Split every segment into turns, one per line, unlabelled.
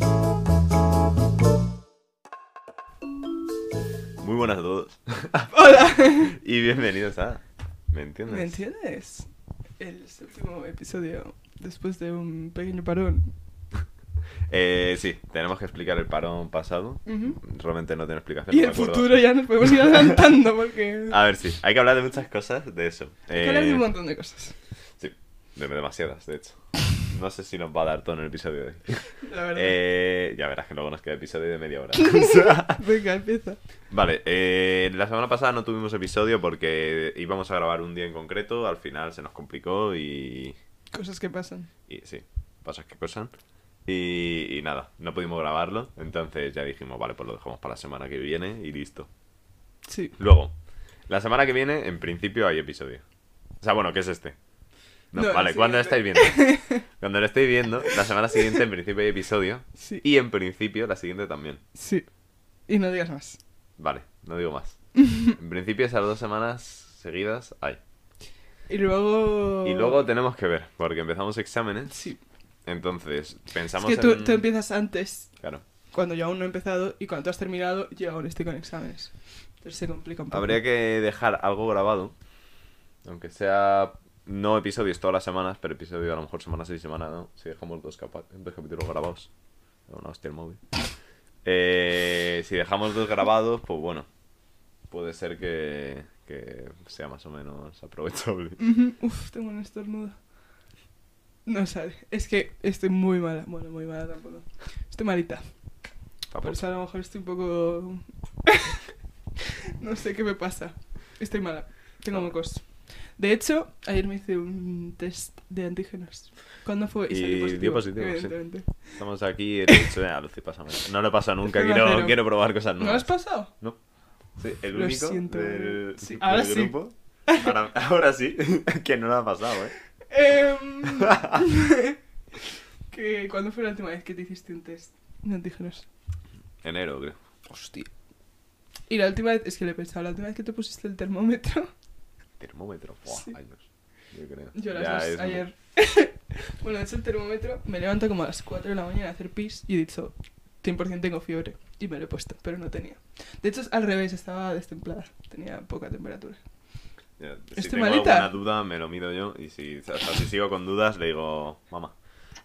Y bienvenidos a... ¿Me entiendes?
¿Me entiendes? El séptimo episodio después de un pequeño parón.
Eh, sí, tenemos que explicar el parón pasado.
Ujú.
Realmente no tiene explicación.
Y
no
el
me acuerdo.
futuro ya nos podemos ir adelantando porque...
A ver, sí. Hay que hablar de muchas cosas de eso.
Hay que
Eh,
hablar de un montón de cosas.
Sí, de demasiadas, de hecho. No sé si nos va a dar todo en el episodio de hoy.
La verdad.
Eh, ya verás que luego nos queda episodio de media hora. O sea,
Venga, empieza.
vale, eh, la semana pasada no tuvimos episodio porque íbamos a grabar un día en concreto. Al final se nos complicó y.
Cosas que pasan.
y sí, pasas que cosan. Y, y nada, no pudimos grabarlo. Entonces ya dijimos, vale, pues lo dejamos para la semana que viene y listo.
Sí.
Luego, la semana que viene, en principio hay episodio. O sea, bueno, ¿qué es este? No,
No, el
vale, ¿cuándo lo estáis
siguiente.
viendo? Cuando lo estáis viendo, la semana siguiente en principio hay episodio.
Sí.
Y en principio la siguiente también.
Sí. Y no digas más.
Vale, no digo más. En principio esas dos semanas seguidas hay.
Y luego...
Y luego tenemos que ver, porque empezamos exámenes.
Oh. Sí.
Entonces,
Es
pensamos
que tú,
en...
tú empiezas antes,
Claro.
cuando yo aún no he empezado, y cuando tú has terminado, yo aún estoy con exámenes. Entonces se complica un poco.
Habría que dejar algo grabado. Aunque sea no episodios todas las semanas, pero episodio a lo mejor semana sí, semana no. Si dejamos dos, capa- dos capítulos grabados. Una hostia el móvil. Eh, si dejamos dos grabados, pues bueno. Puede ser que, que sea más o menos aprovechable.
Ujú, Uf, tengo un estornudo. No sale. Es que estoy muy mala. Bueno, muy mala tampoco. Estoy malita. Por
Tampoco.
eso a lo mejor estoy un poco... no sé qué me pasa. Estoy mala. Tengo
Vale.
mocos. De hecho, ayer me hice un test de antígenos. ¿Cuándo fue?
Y
salió
dio positivo, sí.
evidentemente.
Estamos aquí y le he dicho, "Ah, Lucy, pásame". No lo he pasado nunca,
Cero a
quiero,
cero.
quiero probar cosas
¿No lo has
nuevas.
pasado?
No. Sí, el
Lo
único
siento, eh,
del,
sí.
del
Ahora sí.
grupo. Ahora, ahora sí, que no lo ha pasado, ¿eh?
Em, que, ¿Cuándo fue la última vez que te hiciste un test de antígenos?
Enero, creo.
Hostia. Y la última vez, es que le he pensado, la última vez que te pusiste el termómetro,
Termómetro, buah,
Sí.
años. Yo creo.
yo a
Ya
las
es
dos
muy-
ayer. bueno, de hecho el termómetro, me levanto como a las 4 de la mañana a hacer pis y he dicho, 100% tengo fiebre. Y me lo he puesto, pero no tenía. De hecho, es al revés, estaba destemplada, tenía poca temperatura.
Ya, si
Estoy
tengo
malita.
alguna duda, me lo mido yo. Y si, o sea, si sigo con dudas, le digo, mamá.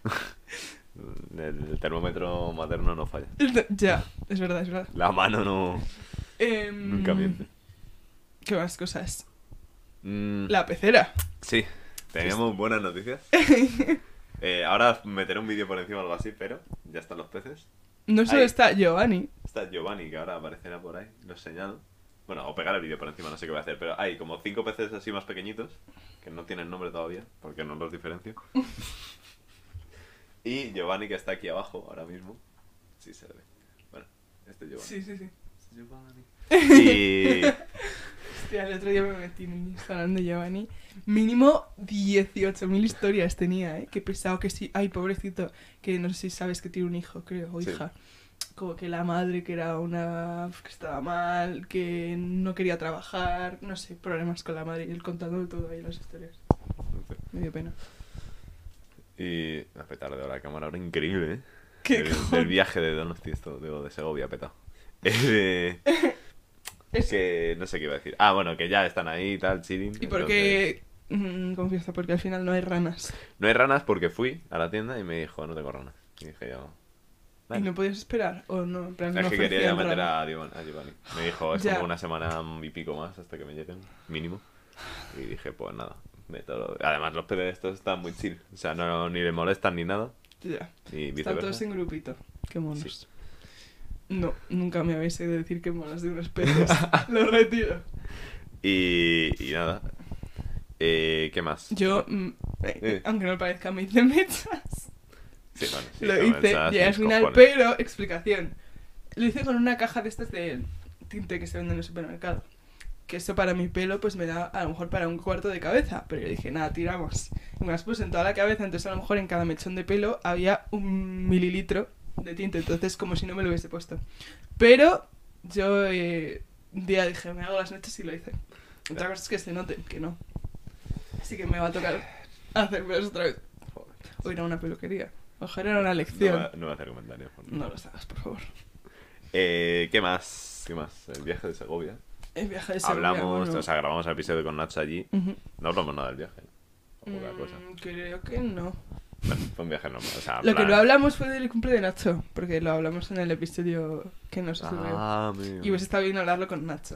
El, el termómetro materno no falla.
Ya, es verdad, es verdad.
La mano no.
Em,
Nunca miente.
¿Qué más cosas?
Mm,
La pecera.
Sí, teníamos buenas noticias. Eh, ahora meteré un vídeo por encima o algo así, pero ya están los peces.
No solo
Ahí.
está Giovanni.
Está Giovanni, que ahora aparecerá por ahí, lo he señalo. Bueno, o pegar el vídeo por encima, no sé qué voy a hacer, pero hay como cinco peces así más pequeñitos, que no tienen nombre todavía, porque no los diferencio. y Giovanni, que está aquí abajo ahora mismo. Sí, se le ve. Bueno, este es Giovanni.
sí, sí.
Este es Giovanni. Y...
Hostia, el otro día me metí en el Instagram de Giovanni. Mínimo 18.000 historias tenía, ¿eh? Qué pesado que sí. Ay, pobrecito, que no sé si sabes que tiene un hijo, creo, o
Sí.
hija. Como que la madre que era una... pues, que estaba mal, que no quería trabajar, no sé, problemas con la madre. Y él contando todo ahí las historias. Me dio pena.
Y... La petardo la cámara ahora, increíble, ¿eh?
¿Qué
del,
cojones?
del viaje de Donosti, esto, digo, de Segovia, petado. Eh,
Es-
que no sé qué iba a decir. Ah, bueno, que ya están ahí y tal, chilling.
¿Y por qué...? mm, confiesa, porque al final no hay ranas.
No hay ranas porque fui a la tienda y me dijo, no tengo ranas. Y dije yo...
¿Y
"Vale".
no podías esperar? ¿O no? En plan,
es
no
que quería ya
ofrecían
meter
ranas.
a Giovanni. a Giovanni. Me dijo, es
Ya.
como una semana y pico más hasta que me lleguen, mínimo. Y dije, pues nada. meto lo- Además, los peces estos están muy chill. O sea, no, ni le molestan ni nada.
Ya.
Y
Están todos
viceversa.
en grupito. Qué monos.
Sí.
No, nunca me habéis oído decir que monos de unos peces. Lo retiro.
Y, y nada. Eh, ¿Qué más?
Yo, mm, eh,
Eh.
aunque no parezca, me hice mechas.
Sí, bueno, sí,
Lo
son
hice,
esas,
ya al
mis
final,
cojones.
pero, explicación. Lo hice con una caja de estas de tinte que se vende en el supermercado. Que eso para mi pelo, pues me da a lo mejor para un cuarto de cabeza. Pero yo dije, nada, tiramos. Y me las puse en toda la cabeza, entonces a lo mejor en cada mechón de pelo había un mililitro de tinte. Entonces, como si no me lo hubiese puesto. Pero yo eh, un día dije, me hago las noches y lo hice. Otra cosa es que se noten que no. Así que me va a tocar hacerme otra vez.
Joder.
O ir a una peluquería. Ojalá era una
No,
lección.
va- no voy a hacer comentarios. por
No
favor.
los hagas, por favor.
Eh, ¿Qué más? ¿Qué más? El viaje de Segovia.
El viaje de Segovia,
Hablamos,
bueno.
o sea, grabamos el episodio con Nacho allí.
Ujú.
No hablamos nada del viaje. O poca cosa.
Mm, creo que no.
Bueno, fue un viaje normal. O sea,
Lo que
plan-
no hablamos fue del cumple de Nacho, porque lo hablamos en el episodio que nos subió.
Ah, amigo.
Y hubiese estado bien hablarlo con Nacho.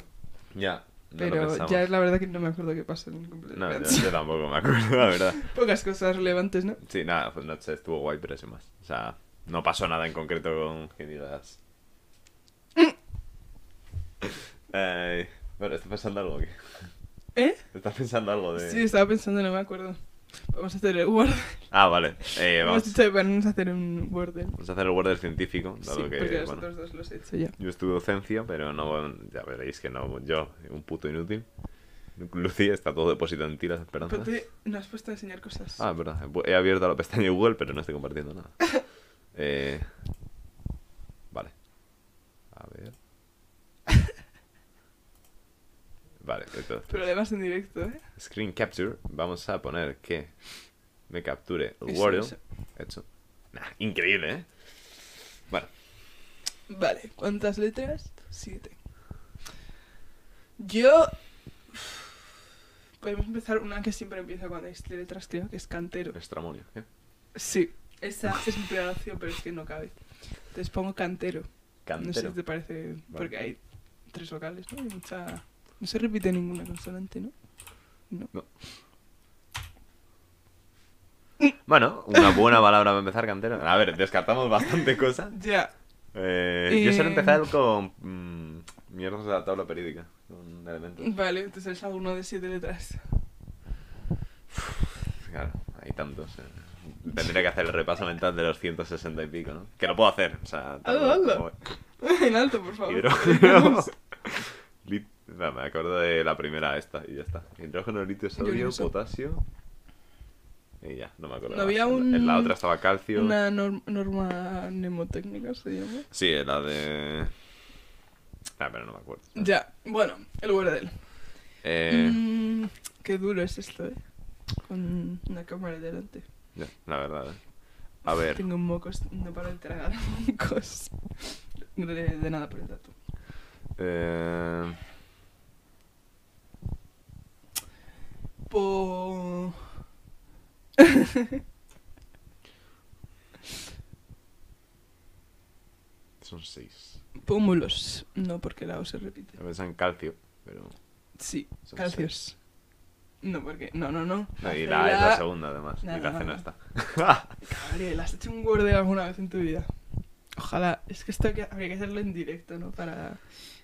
Ya. no lo
Pero
pensamos.
ya es la verdad que no me acuerdo qué pasó en el cumple de
No,
Nacho.
yo, yo tampoco me acuerdo, la verdad.
Pocas cosas relevantes, ¿no?
Sí, nada, pues Nacho estuvo guay, pero sin más. O sea, no pasó nada en concreto con que digas. Eh, bueno, ¿estás pensando algo aquí?
¿Eh?
¿Estás pensando algo de.?
Sí, estaba pensando, no me acuerdo. Vamos a hacer el Word.
Ah, vale. Eh,
Hemos
vamos,
dicho de ponernos a hacer un Word. ¿eh?
vamos a hacer el Word del científico,
Sí,
dado
porque
que.
los
bueno,
otros dos los he hecho ya.
Yo estuve docencia, pero no. Ya veréis que no. Yo, un puto inútil. Lucía está todo depositado en ti las esperanzas.
Pero tú no has puesto a enseñar cosas.
Ah, es verdad. He pu- He abierto la pestaña de Google, pero no estoy compartiendo nada. Eh, vale. A ver. Vale, entonces.
Problemas en directo, ¿eh?
Screen capture. Vamos a poner que me capture el
Eso,
Wordle.
eso.
Hecho. Nah, increíble, ¿eh? Bueno,
Vale, ¿cuántas letras? Siete. Yo. Podemos empezar una que siempre empieza cuando hay siete letras, creo que es cantero.
extramonio. ¿eh?
Sí, esa es mi primera opción, pero es que no cabe. Entonces pongo cantero. No sé
Cantero.
si te parece. Porque hay tres vocales, ¿no? Y mucha. No se repite ninguna consonante, ¿no?
Bueno, una buena palabra para empezar, cantero. A ver, descartamos bastante cosas.
Ya.
Eh, Yo suelo
Eh.
empezar con mm, mierdas de la tabla periódica, con elementos.
Vale, entonces es alguno de siete letras.
Claro, hay tantos. eh. Tendría que hacer el repaso mental de los 160 y pico, ¿no? Que lo puedo hacer, o sea...
Hazlo, hazlo. en alto, por favor.
Hidrógeno... lit- No, me acuerdo de la primera esta y ya está. Hidrógeno, litio, sodio,
uso.
potasio... Y ya, no me acuerdo. más.
No había
En la-
un-
En la otra estaba calcio.
Una nor- norma mnemotécnica se llama.
Sí, en la de... Ah, pero no me acuerdo.
Ya, bueno, el Wordle.
Eh,
Mm, qué duro es esto, ¿eh? Con una cámara delante.
ya, la verdad. eh. A ver.
Tengo mocos, no paro de tragar mocos. De, de nada por el dato.
Eh...
Po...
Son 6.
Pómulos. No, porque la O se repite.
Me pensaba en calcio, pero...
Sí,
Son eh.
calcios. No, porque... No, no, no.
No, y
Hacer
la, es la segunda, además.
Nada,
y la C no
nada.
está.
Gabriel, ¿has hecho un Wordle alguna vez en tu vida? Ojalá. Es que esto que- habría que hacerlo en directo, ¿no? Para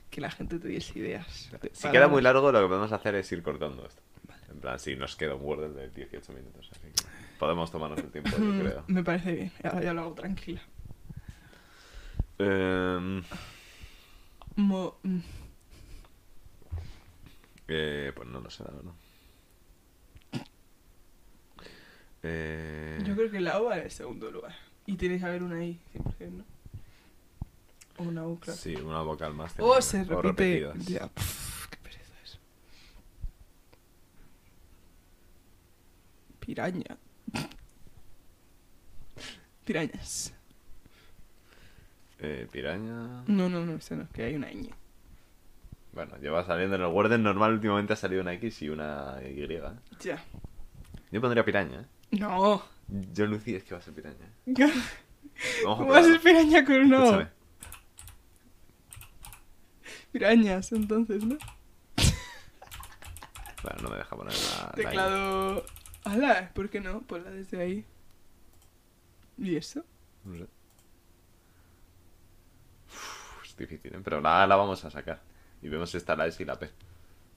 que la gente te diese ideas. de
Si queda muy
palabras.
largo, lo que podemos hacer es ir cortando esto. En plan, si nos queda un Word de 18 minutos. Así que podemos tomarnos el tiempo, yo
Mm,
creo.
Me parece bien, ahora ya lo hago tranquila.
Em,
Mo- mm,
eh, pues no lo sé, la verdad. Eh,
Yo creo que la O va en el segundo lugar. Y tiene que haber una I, 100%, ¿no? O una U, claro.
Sí, una vocal más. tiene que
o
haber,
Oh, se repite.
repetidas.
ya, pf, qué pereza eso. Piraña. Pirañas.
Eh, piraña.
No, no, no, esa no, que hay una ñ.
Bueno, lleva saliendo en el Word normal. Últimamente ha salido una X y una Y.
Ya.
Yo pondría piraña. ¿eh?
No.
Yo, Lucy, es que va a ser piraña. ¿eh? Vamos a
¿Cómo vas a
probarlo.
ser piraña con una O?
Escúchame.
Pirañas, entonces, ¿no?
Bueno, no me deja poner la. la I.
Teclado. Ala, ¿por qué no? Ponla desde ahí. ¿Y eso?
No sé. Uf, es difícil, ¿eh? Pero la A la vamos a sacar. Y vemos si está la S y la P.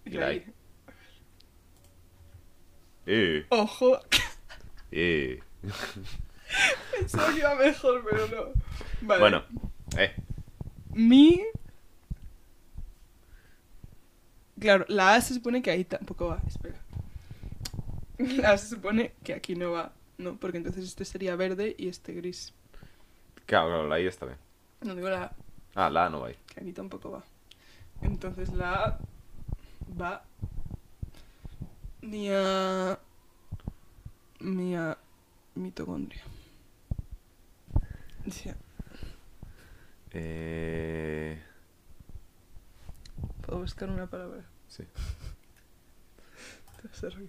Y
Y la
ahí.
I. ¡Eh!
Ojo,
¡Eh!
pensaba que iba mejor, pero no. Vale.
Bueno, eh.
Mi. Claro, la A se supone que ahí tampoco va. Espera. La A se supone que aquí no va. No, porque entonces este sería verde y este gris.
Claro, claro, la I está bien.
No digo la A,
Ah, la A no va ahí.
que aquí tampoco va. Entonces la A va. Mi A. Mi A. Mitocondria. Ya,
Eh.
o buscar una palabra.
Sí.
Te vas a reír.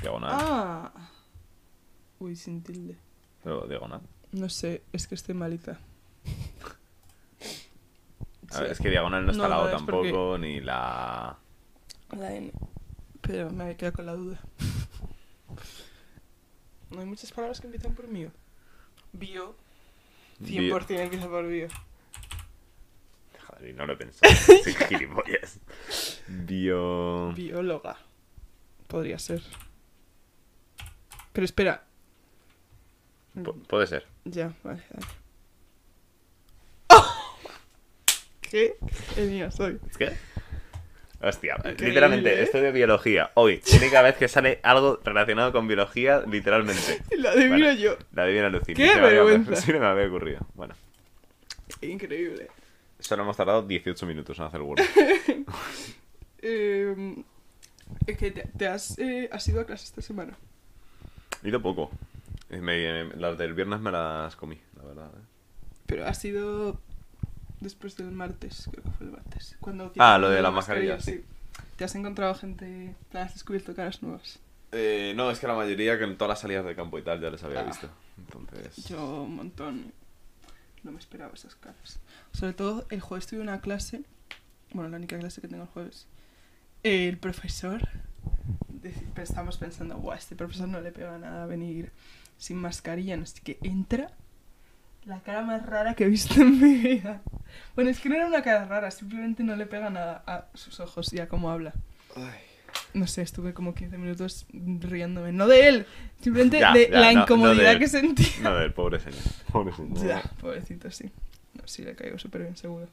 Diagonal.
Ah. Uy, sin tilde.
Pero diagonal.
No sé, es que estoy malita.
A ver, es que diagonal no está
No,
la
no,
O
es porque-
tampoco, ni la.
La N. Pero me he quedado con la duda. No hay muchas palabras que empiezan por mío. Bio.
Bi-
100% empieza por bio.
Joder, y no lo he pensado. Soy gilipollas. Bio.
Bióloga. Podría ser. Pero espera.
Pu- puede ser.
Ya, vale, dale. ¿Qué? El mío soy.
¿Es que? Hostia,
Increíble,
literalmente,
¿eh?
esto de biología. Hoy, única vez que sale algo relacionado con biología, literalmente.
Lo adivino
Bueno.
yo.
La adivina Lucía.
¡Qué vergüenza!
Sí, no me había ocurrido. Bueno,
Increíble.
solo hemos tardado 18 minutos en hacer Word.
Eh, es que te, te has, eh, has ido a clase esta semana.
Y tampoco. Y me- eh, las del viernes me las comí, la verdad. ¿eh?
Pero ha sido después del martes, creo que fue el martes. Cuando
Ah, lo de
quitaron
la mascarilla,
¿Te has encontrado gente, te has descubierto caras nuevas?
Eh, no, es que la mayoría que en todas las salidas de campo y tal ya les había
Ah.
visto. Entonces.
Yo un montón. No me esperaba esas caras. Sobre todo el jueves tuve una clase, bueno, la única clase que tengo el jueves. El profesor, dec- estamos pensando, guau, este profesor no le pega nada venir sin mascarilla, no sé qué. Entra la cara más rara que he visto en mi vida. Bueno, es que no era una cara rara, simplemente no le pega nada a sus ojos y a cómo habla. No sé, estuve como 15 minutos riéndome. No de él, simplemente
Ya,
de
ya,
la
no- no
incomodidad
de él.
que sentí.
No, del pobre señor. Pobre señor.
Ya, pobrecito, sí. No, sí, le caigo súper bien, seguro.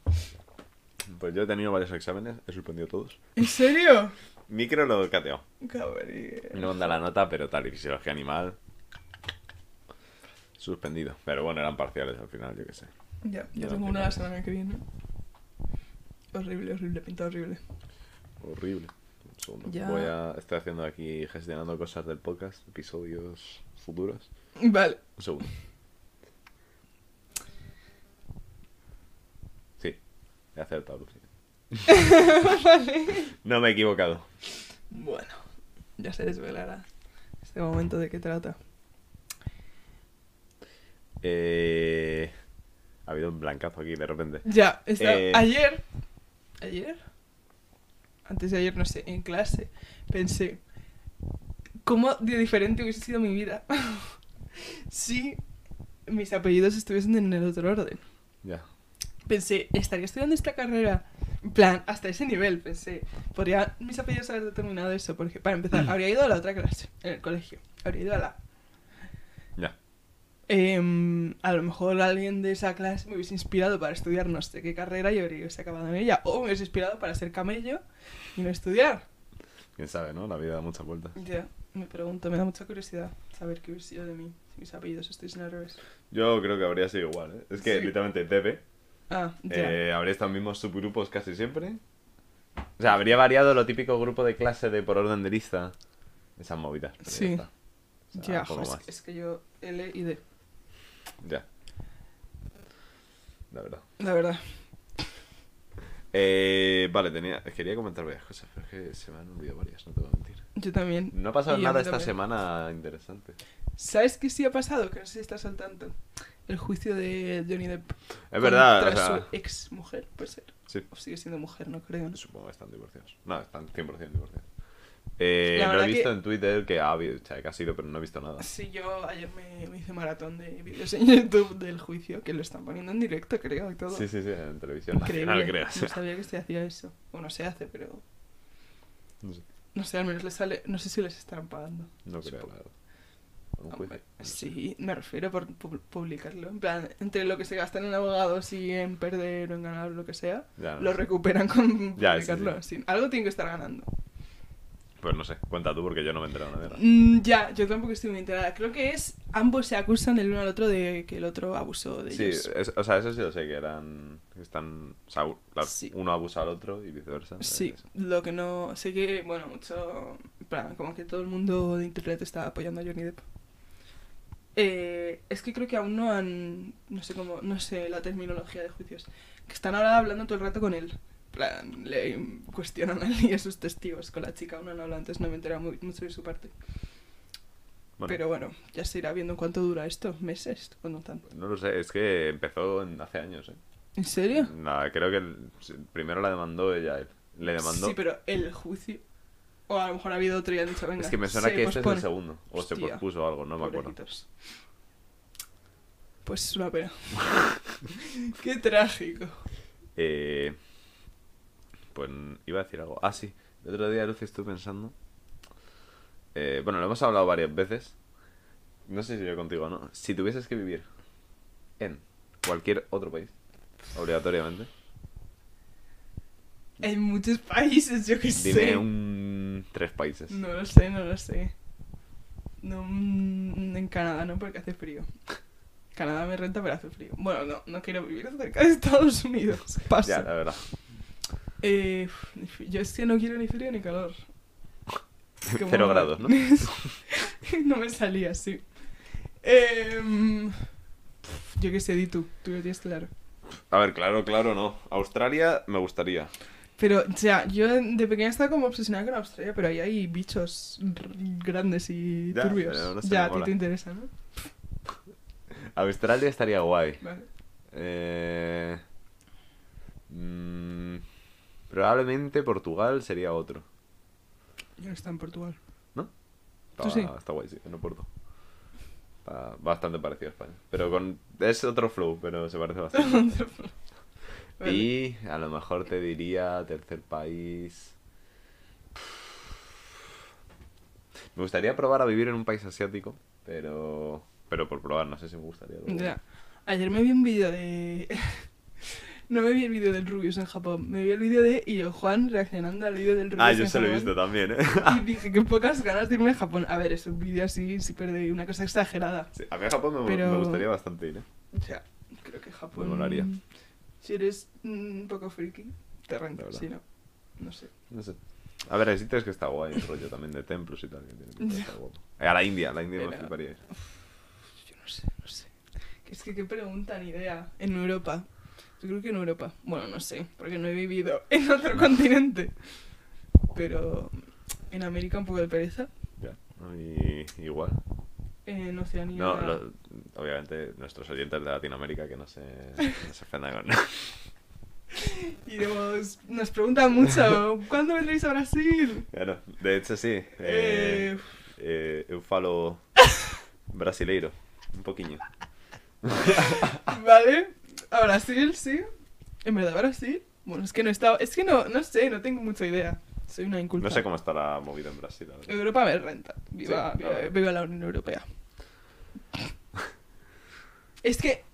Pues yo he tenido varios exámenes, he suspendido todos.
¿En serio?
Micro lo cateo.
Cabrón.
No onda la nota, pero tal, y fisiología animal. Suspendido. Pero bueno, eran parciales al final, yo qué sé.
Ya, yo
Ya,
tengo
qué
una la
mal.
semana que viene. Horrible, horrible, pinta horrible.
Horrible. Un segundo.
Ya.
Voy a. Estoy haciendo aquí, gestionando cosas del podcast, episodios futuros.
Vale.
Un segundo. Sí, he acertado, Lucía. No me he equivocado.
Bueno, ya se desvelará este momento de qué trata.
Eh, Ha habido un blancazo aquí de repente.
Ya, está-
Eh.
ayer. ¿Ayer? Antes de ayer, no sé, en clase, pensé. ¿Cómo de diferente hubiese sido mi vida si mis apellidos estuviesen en el otro orden?
Ya.
pensé, estaría estudiando esta carrera. En plan, hasta ese nivel, pensé. Podría mis apellidos haber determinado eso, porque para
Mm.
empezar, habría ido a la otra clase en el colegio. Habría ido a la.
Ya.
Em, a lo mejor alguien de esa clase me hubiese inspirado para estudiar no sé qué carrera y habría acabado en ella. O me hubiese inspirado para ser camello y no estudiar.
Quién sabe, ¿no? La vida da muchas vueltas.
Ya, me pregunto, me da mucha curiosidad saber qué hubiese sido de mí si mis apellidos estuviesen al revés.
Yo creo que habría sido igual, ¿eh? Es que
Sí.
literalmente debe.
Ah, ya.
Eh, habría estado en mismos subgrupos casi siempre. O sea, habría variado lo típico grupo de clase de por orden de lista. Esas movidas. pero ya
Sí.
está. O sea,
ya,
ah, poco
jo, es-
más.
es que yo L y D.
Ya. La verdad.
La verdad.
Eh, vale, tenía, quería comentar varias cosas, pero es que se me han olvidado varias, no te voy a mentir.
Yo también.
No ha pasado
Y a
nada
mí
esta
también.
semana interesante.
¿Sabes qué sí ha pasado? Que no sé si estás al tanto. El juicio de Johnny Depp.
Es verdad, o
Contra
sea,
su ex mujer, puede ser.
sí.
O sigue siendo mujer, no creo. ¿no?
Supongo que están divorciados. No, están 100% divorciados. Eh,
La
no he
verdad
visto
que-
en Twitter que ha, habido, o sea, que ha sido, pero no he visto nada.
Sí, yo ayer me, me hice maratón de vídeos en YouTube del juicio, que lo están poniendo en directo, creo, y todo.
Sí, sí, sí, en televisión nacional,
Increíble.
creas.
No sabía que se hacía eso. O no se hace, pero.
No sé,
No sé, al menos les sale. No sé si les estarán pagando.
no creo,
Supongo.
la verdad. ¿Algún juicio? No sé.
Sí, me refiero por pu- publicarlo. En plan, entre lo que se gastan en abogados y en perder o en ganar lo que sea,
Ya, no
lo
sé.
recuperan con
Ya, sí,
publicarlo. Sí, Algo tienen que estar ganando.
Pues no sé, cuenta tú porque yo no me he enterado nada.
Mm, ya, yo tampoco estoy muy enterada. Creo que es ambos se acusan el uno al otro de que el otro abusó de
Sí, eh,
ellos.
es- o sea, eso sí lo sé, que eran... que Están, o sea, u- claro,
Sí.
uno abusa al otro y viceversa. eh,
Sí,
eso.
lo que no sé que, bueno, mucho, en plan, como que todo el mundo de internet está apoyando a Johnny Depp. eh, es que creo que aún no han, no sé cómo, no sé la terminología de juicios, que están ahora hablando todo el rato con él. En plan, le mm, cuestionan a él y a sus testigos. Con la chica aún no han hablado, antes no me he enterado muy- mucho de su parte.
Bueno,
Pero bueno, ya se irá viendo cuánto dura esto, meses, cuando tanto.
no lo sé, es que empezó en- hace años, ¿eh?
¿En serio?
Nada, creo que el- primero la demandó ella a él. Le demandó.
Sí, pero el juicio, o a lo mejor ha habido otro y han dicho, venga,
es que me suena
se
que este es el
pospone".
segundo. O se
Hostia.
pospuso algo, no me acuerdo.
Pobrecitos. Pues es una pena. Qué trágico.
Eh, pues iba a decir algo. Ah, sí. El otro día, Lucy, estuve pensando. Eh, bueno, lo hemos hablado varias veces. No sé si yo contigo o no. Si tuvieses que vivir en cualquier otro país, obligatoriamente,
En muchos países, yo que
dime
sé.
un. tres países.
No lo sé, no lo sé. No, mm, en Canadá no, porque hace frío. Canadá me renta, pero hace frío. Bueno, no, no quiero vivir cerca de Estados Unidos. Paso.
Ya, la verdad.
Eh, uf, ni fri- yo es que no quiero ni frío ni calor. Qué
Cero
mono.
grados, ¿no?
no me salía así. Em, pf, yo qué sé, di tú, tú lo tienes claro.
A ver, claro, claro, no. Australia me gustaría.
Pero, o sea, yo de pequeña estaba como obsesionada con Australia, pero ahí hay bichos r- grandes y
Ya,
turbios.
pero no sé,
ya,
me
a ti
mola.
te interesa, ¿no?
Australia estaría guay.
Vale.
Eh, mm, probablemente Portugal sería otro.
Yo no está en Portugal.
Está,
Tú sí.
está guay, sí, en Oporto. Está bastante parecido a España. Pero con, es otro flow, pero se parece bastante.
Vale.
Y a lo mejor te diría tercer país. Me gustaría probar a vivir en un país asiático, pero. Pero por probar, no sé si me gustaría. luego.
Ya. Ayer me vi un vídeo de. no me vi el vídeo del Rubius en Japón, me vi el vídeo de Illo Juan reaccionando al vídeo del Rubius.
Ah,
en
yo se lo he
Japón.
visto también, ¿eh?
Y dije, qué pocas ganas de irme a Japón. A ver, es un vídeo así, sí, pero de una cosa exagerada.
Sí, a mí a Japón me,
Pero-
me gustaría bastante ir, ¿eh?
O sea, creo que Japón.
Me molaría.
Si eres mm, un poco friki, te
La
renta.
verdad.
Si no, no sé.
No sé. A ver, hay sitios que está guay, el rollo también de templos y tal. Que tiene pinta de estar guapo. Eh, A la India, a la India me
Pero-
fliparía ir.
Yo no sé, no sé. Es que qué pregunta ni idea. En Europa. Yo creo que en Europa. Bueno, no sé, porque no he vivido en otro continente. Pero en América un poco de pereza.
Ya. Y igual.
En Oceanía.
No, lo- obviamente nuestros oyentes de Latinoamérica que no se, no se ofendan con
Y nos, nos preguntan mucho, ¿cuándo vendréis a Brasil?
Claro, de hecho sí.
Eh,
Eh, eh, eu falo brasileiro, un poquinho.
Vale, a Brasil, sí. En verdad, Brasil. Bueno, es que no he estado. Es que no, no sé, no tengo mucha idea. Soy una inculta.
No sé cómo está la movida en Brasil, la verdad.
Europa me renta. Viva,
Sí, la
viva,
verdad.
viva la Unión Europea. Es que.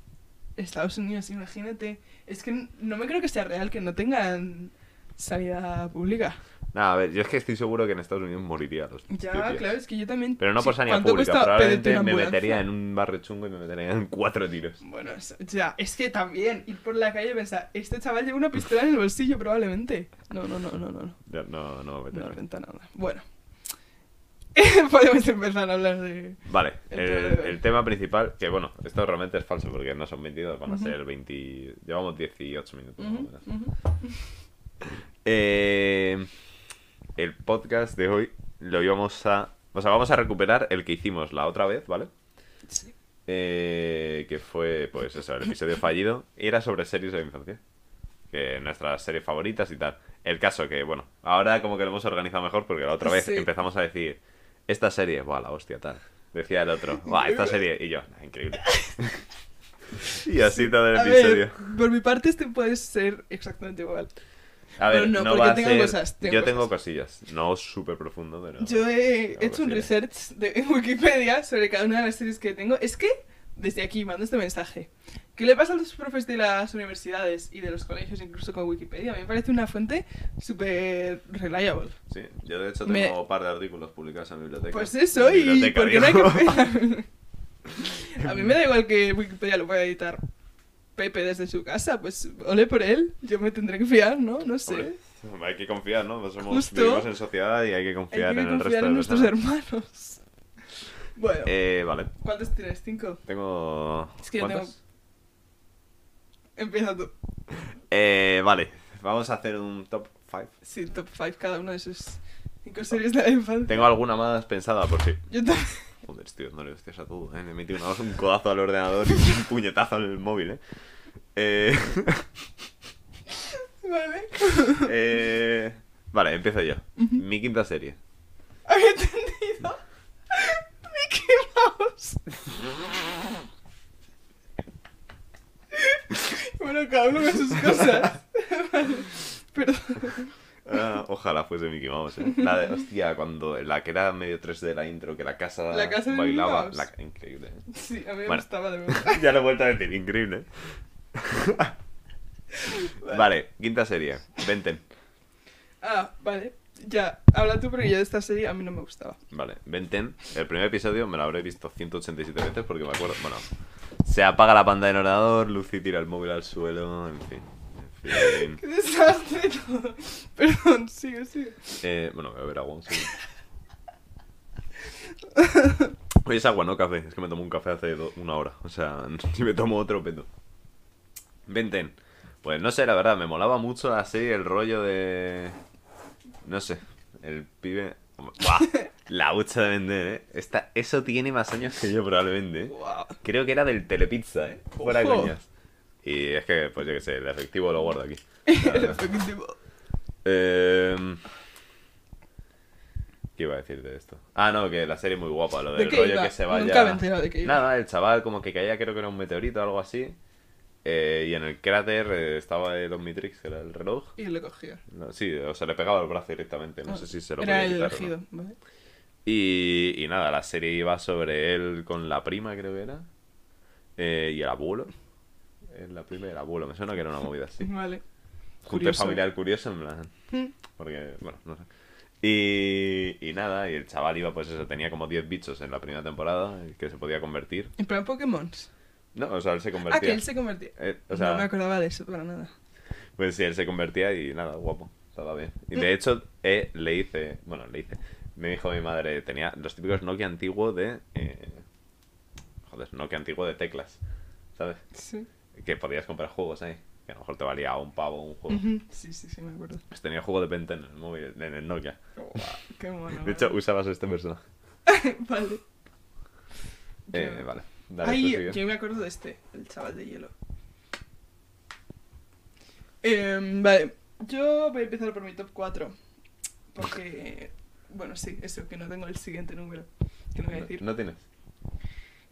Estados Unidos, imagínate. Es que no me creo que sea real que no tengan sanidad pública.
Nada, a ver, yo es que estoy seguro que en Estados Unidos moriría a los
Ya,
tíos.
claro, es que yo también.
Pero no por
sí,
sanidad
¿cuánto
pública,
cuesta
probablemente
pedirte una
me
ambulancia?
metería en un barrio chungo y me metería en cuatro tiros.
Bueno, es- ya, es que también ir por la calle y pensar, este chaval lleva una pistola en el bolsillo probablemente. No, no, no, no, no. no.
Ya, No, no me
No
metería.
renta nada. Bueno. Podemos empezar a hablar de...
Vale,
El
el,
tema de hoy.
el tema principal, que bueno, esto realmente es falso porque no son 22, van a
Ujú.
ser 20... Llevamos 18 minutos. más o
Ujú,
menos.
ujú.
Eh, el podcast de hoy lo íbamos a... O sea, vamos a recuperar el que hicimos la otra vez, ¿vale?
Sí.
Eh, que fue, pues eso, el episodio fallido. Era sobre series de la infancia. Que nuestras series favoritas y tal. El caso que, bueno, ahora como que lo hemos organizado mejor porque la otra vez
Sí.
empezamos a decir, esta serie, buah, la hostia, tal. Decía el otro, buah, esta serie. Y yo, "Nah, increíble. y así todo el
A
episodio.
ver, por mi parte este puede ser exactamente igual.
a ver,
no,
no,
porque
va a
tengo
ser-
cosas, tengo
yo tengo
cosas.
cosillas. No súper profundo, pero...
Yo he
no,
hecho un
sí.
research de en Wikipedia sobre cada una de las series que tengo. Es que, desde aquí, mando este mensaje. ¿Qué le pasa a los profes de las universidades y de los colegios, incluso con Wikipedia? A mí me parece una fuente súper reliable.
Sí, yo de hecho tengo
Me-
un par de artículos publicados en mi biblioteca.
Pues eso, y
Biblioteca,
porque no hay
digo.
que... A mí me da igual que Wikipedia lo pueda editar Pepe desde su casa, pues ole por él, yo me tendré que fiar, ¿no? No sé.
Hombre, hay que confiar, ¿no? Pues Somos,
Justo.
vivimos en sociedad y hay que
Hay
confiar
que
en el
confiar
resto
en
de
nuestros
personas.
hermanos. Bueno,
Eh, vale.
¿cuántos tienes? ¿Cinco?
Tengo.
Es que yo
¿Cuántas?
Empieza tú.
Eh, vale. Vamos a hacer un top 5.
Sí, top 5 cada uno de sus cinco series de la infancia.
Tengo alguna más pensada por si.
Yo también.
Joder, tío, no le hostias a todo, ¿eh? Me metí una, un codazo al ordenador y un puñetazo en el móvil, ¿eh? Eh,
Vale.
eh, Vale, empiezo yo.
Ujú.
Mi quinta serie.
Había entendido. Mickey Mouse. bueno, cada uno con sus cosas. vale. Perdón.
Ah, ojalá fuese Mickey Mouse, ¿eh? La de, hostia, cuando la que era medio 3D la intro, que la casa,
La casa de Mickey
bailaba.
Mouse.
la- increíble, ¿eh?
Sí, a mí me
Bueno.
gustaba de verdad.
ya lo he vuelto a decir, increíble. ¿eh? vale, quinta serie. Venten.
Ah, vale. Ya, habla tú porque yo de esta serie a mí no me gustaba.
Vale, Venten. El primer episodio me lo habré visto 187 veces porque me acuerdo. Bueno, se apaga la pantalla del ordenador, Lucy tira el móvil al suelo, en fin. En
¡Qué
fin.
desastre todo! Perdón, sigue, sigue.
Eh, bueno, voy a ver agua un segundo. Oye, es agua, no café. Es que me tomo un café hace do- una hora. O sea, si me tomo otro, peto. Venten. Pues no sé, la verdad, me molaba mucho la serie, el rollo de. No sé, el pibe. ¡Buah! La hucha de vender, ¿eh? Esta... Eso tiene más años que yo, probablemente, ¿eh?
Guau.
Creo que era del Telepizza, ¿eh? Fuera de
Ojo.
coñas. Y es que, pues yo qué sé, el efectivo lo guardo aquí.
El efectivo.
Em, ¿Qué iba a decir de esto? Ah, no, que la serie es muy guapa, lo
¿De
del
qué
rollo
iba?
que se vaya.
Nunca me he enterado de qué iba.
Nada, el chaval como que caía, creo que era un meteorito o algo así. eh, y en el cráter eh, estaba el Omnitrix, que era el reloj.
Y lo cogía.
No, sí, o sea, le pegaba el brazo directamente, no
Ah,
sé si se lo
Era
podía
el
quitar o no.
elegido, ¿vale?
Y, y nada, la serie iba sobre él con la prima, creo que era. eh, y el abuelo. Eh, La prima y el abuelo, me suena que era una movida así.
Vale.
Junte
Curioso.
familiar curioso, en plan.
Mm.
Porque, bueno, no sé. Y, y nada, y el chaval iba, pues eso, tenía como 10 bichos en la primera temporada eh, que se podía convertir.
En plan Pokémon.
No, o sea, él se convertía.
Ah, que él se convertía.
Eh, o sea,
No me acordaba de eso para nada.
Pues sí, él se convertía y nada, guapo, estaba bien. Y
Hmm.
de hecho, eh, le hice, bueno, le hice, me dijo mi madre, tenía los típicos Nokia antiguo de, eh, joder, Nokia antiguo de teclas, ¿sabes?
Sí.
Que podías comprar juegos ahí, que a lo mejor te valía un pavo un juego.
Ujú. Sí, sí, sí, me acuerdo.
Pues tenía juego de Penten en el móvil, en el Nokia.
Qué mono.
De hecho, usabas este personaje.
vale.
Eh,
Yo-
vale. Dale,
Ay,
tú sigue.
yo me acuerdo de este, el chaval de hielo. Em, vale, yo voy a empezar por mi top 4. Porque, bueno, sí, eso, que no tengo el siguiente número. Que no voy a decir.
No, no tienes.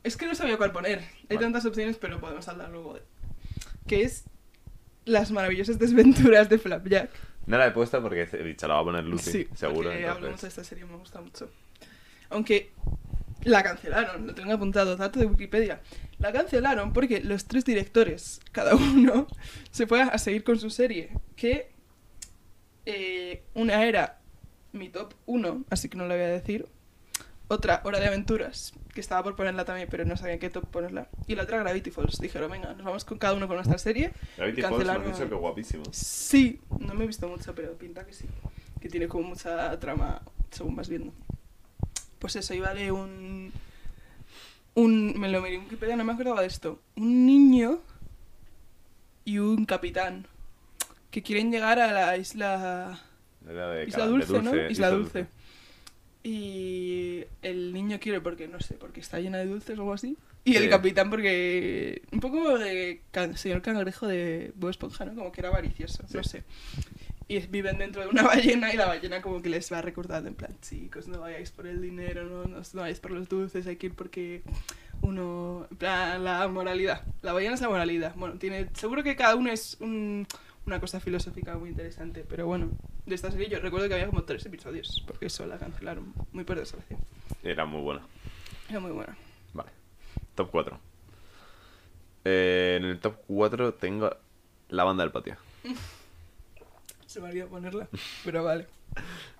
Es que no sabía cuál poner. Hay
Vale.
tantas opciones, pero podemos hablar luego de. Que es Las maravillosas desventuras de Flapjack.
No la he puesto porque he dicho, la va a poner Lucy, seguro.
Porque hablo mucho de
Entonces.
esta serie, me gusta mucho. Aunque la cancelaron, lo tengo apuntado, dato de Wikipedia. La cancelaron porque los tres directores, cada uno, se fue a, a seguir con su serie. Que eh, una era mi top 1, así que no la voy a decir. Otra, Hora de Aventuras, que estaba por ponerla también, pero no sabía en qué top ponerla. Y la otra, Gravity Falls. Dijeron, venga, nos vamos con cada uno con nuestra serie.
Gravity Falls me han
cancelaron-
dicho que guapísimo.
Sí, no me he visto mucho, pero pinta que sí. Que tiene como mucha trama según vas viendo. Pues eso, iba de un. un me lo miré en Wikipedia, no me acordaba de esto. Un niño y un capitán que quieren llegar a la isla.
Era de
Isla
cara- de
Eh, Dulce, ¿no? Isla,
Isla
Dulce. Y el niño quiere porque, no sé, porque está llena de dulces o algo así. Y el
Sí.
capitán porque... Un poco como de can- señor cangrejo de Bob Esponja, ¿no? Como que era avaricioso, no
Sí.
sé. Y es- viven dentro de una ballena y la ballena como que les va recordando en plan, chicos, no vayáis por el dinero, no, no, no vayáis por los dulces, hay que ir porque uno... en plan, la moralidad. La ballena es la moralidad. Bueno, tiene seguro que cada uno es un- una cosa filosófica muy interesante, pero bueno, de esta serie yo recuerdo que había como tres episodios, porque eso la cancelaron, muy por desgracia.
Era muy buena.
Era muy buena.
Vale. Top 4. en el top 4 tengo la banda del patio.
Se me olvidó ponerla, pero vale.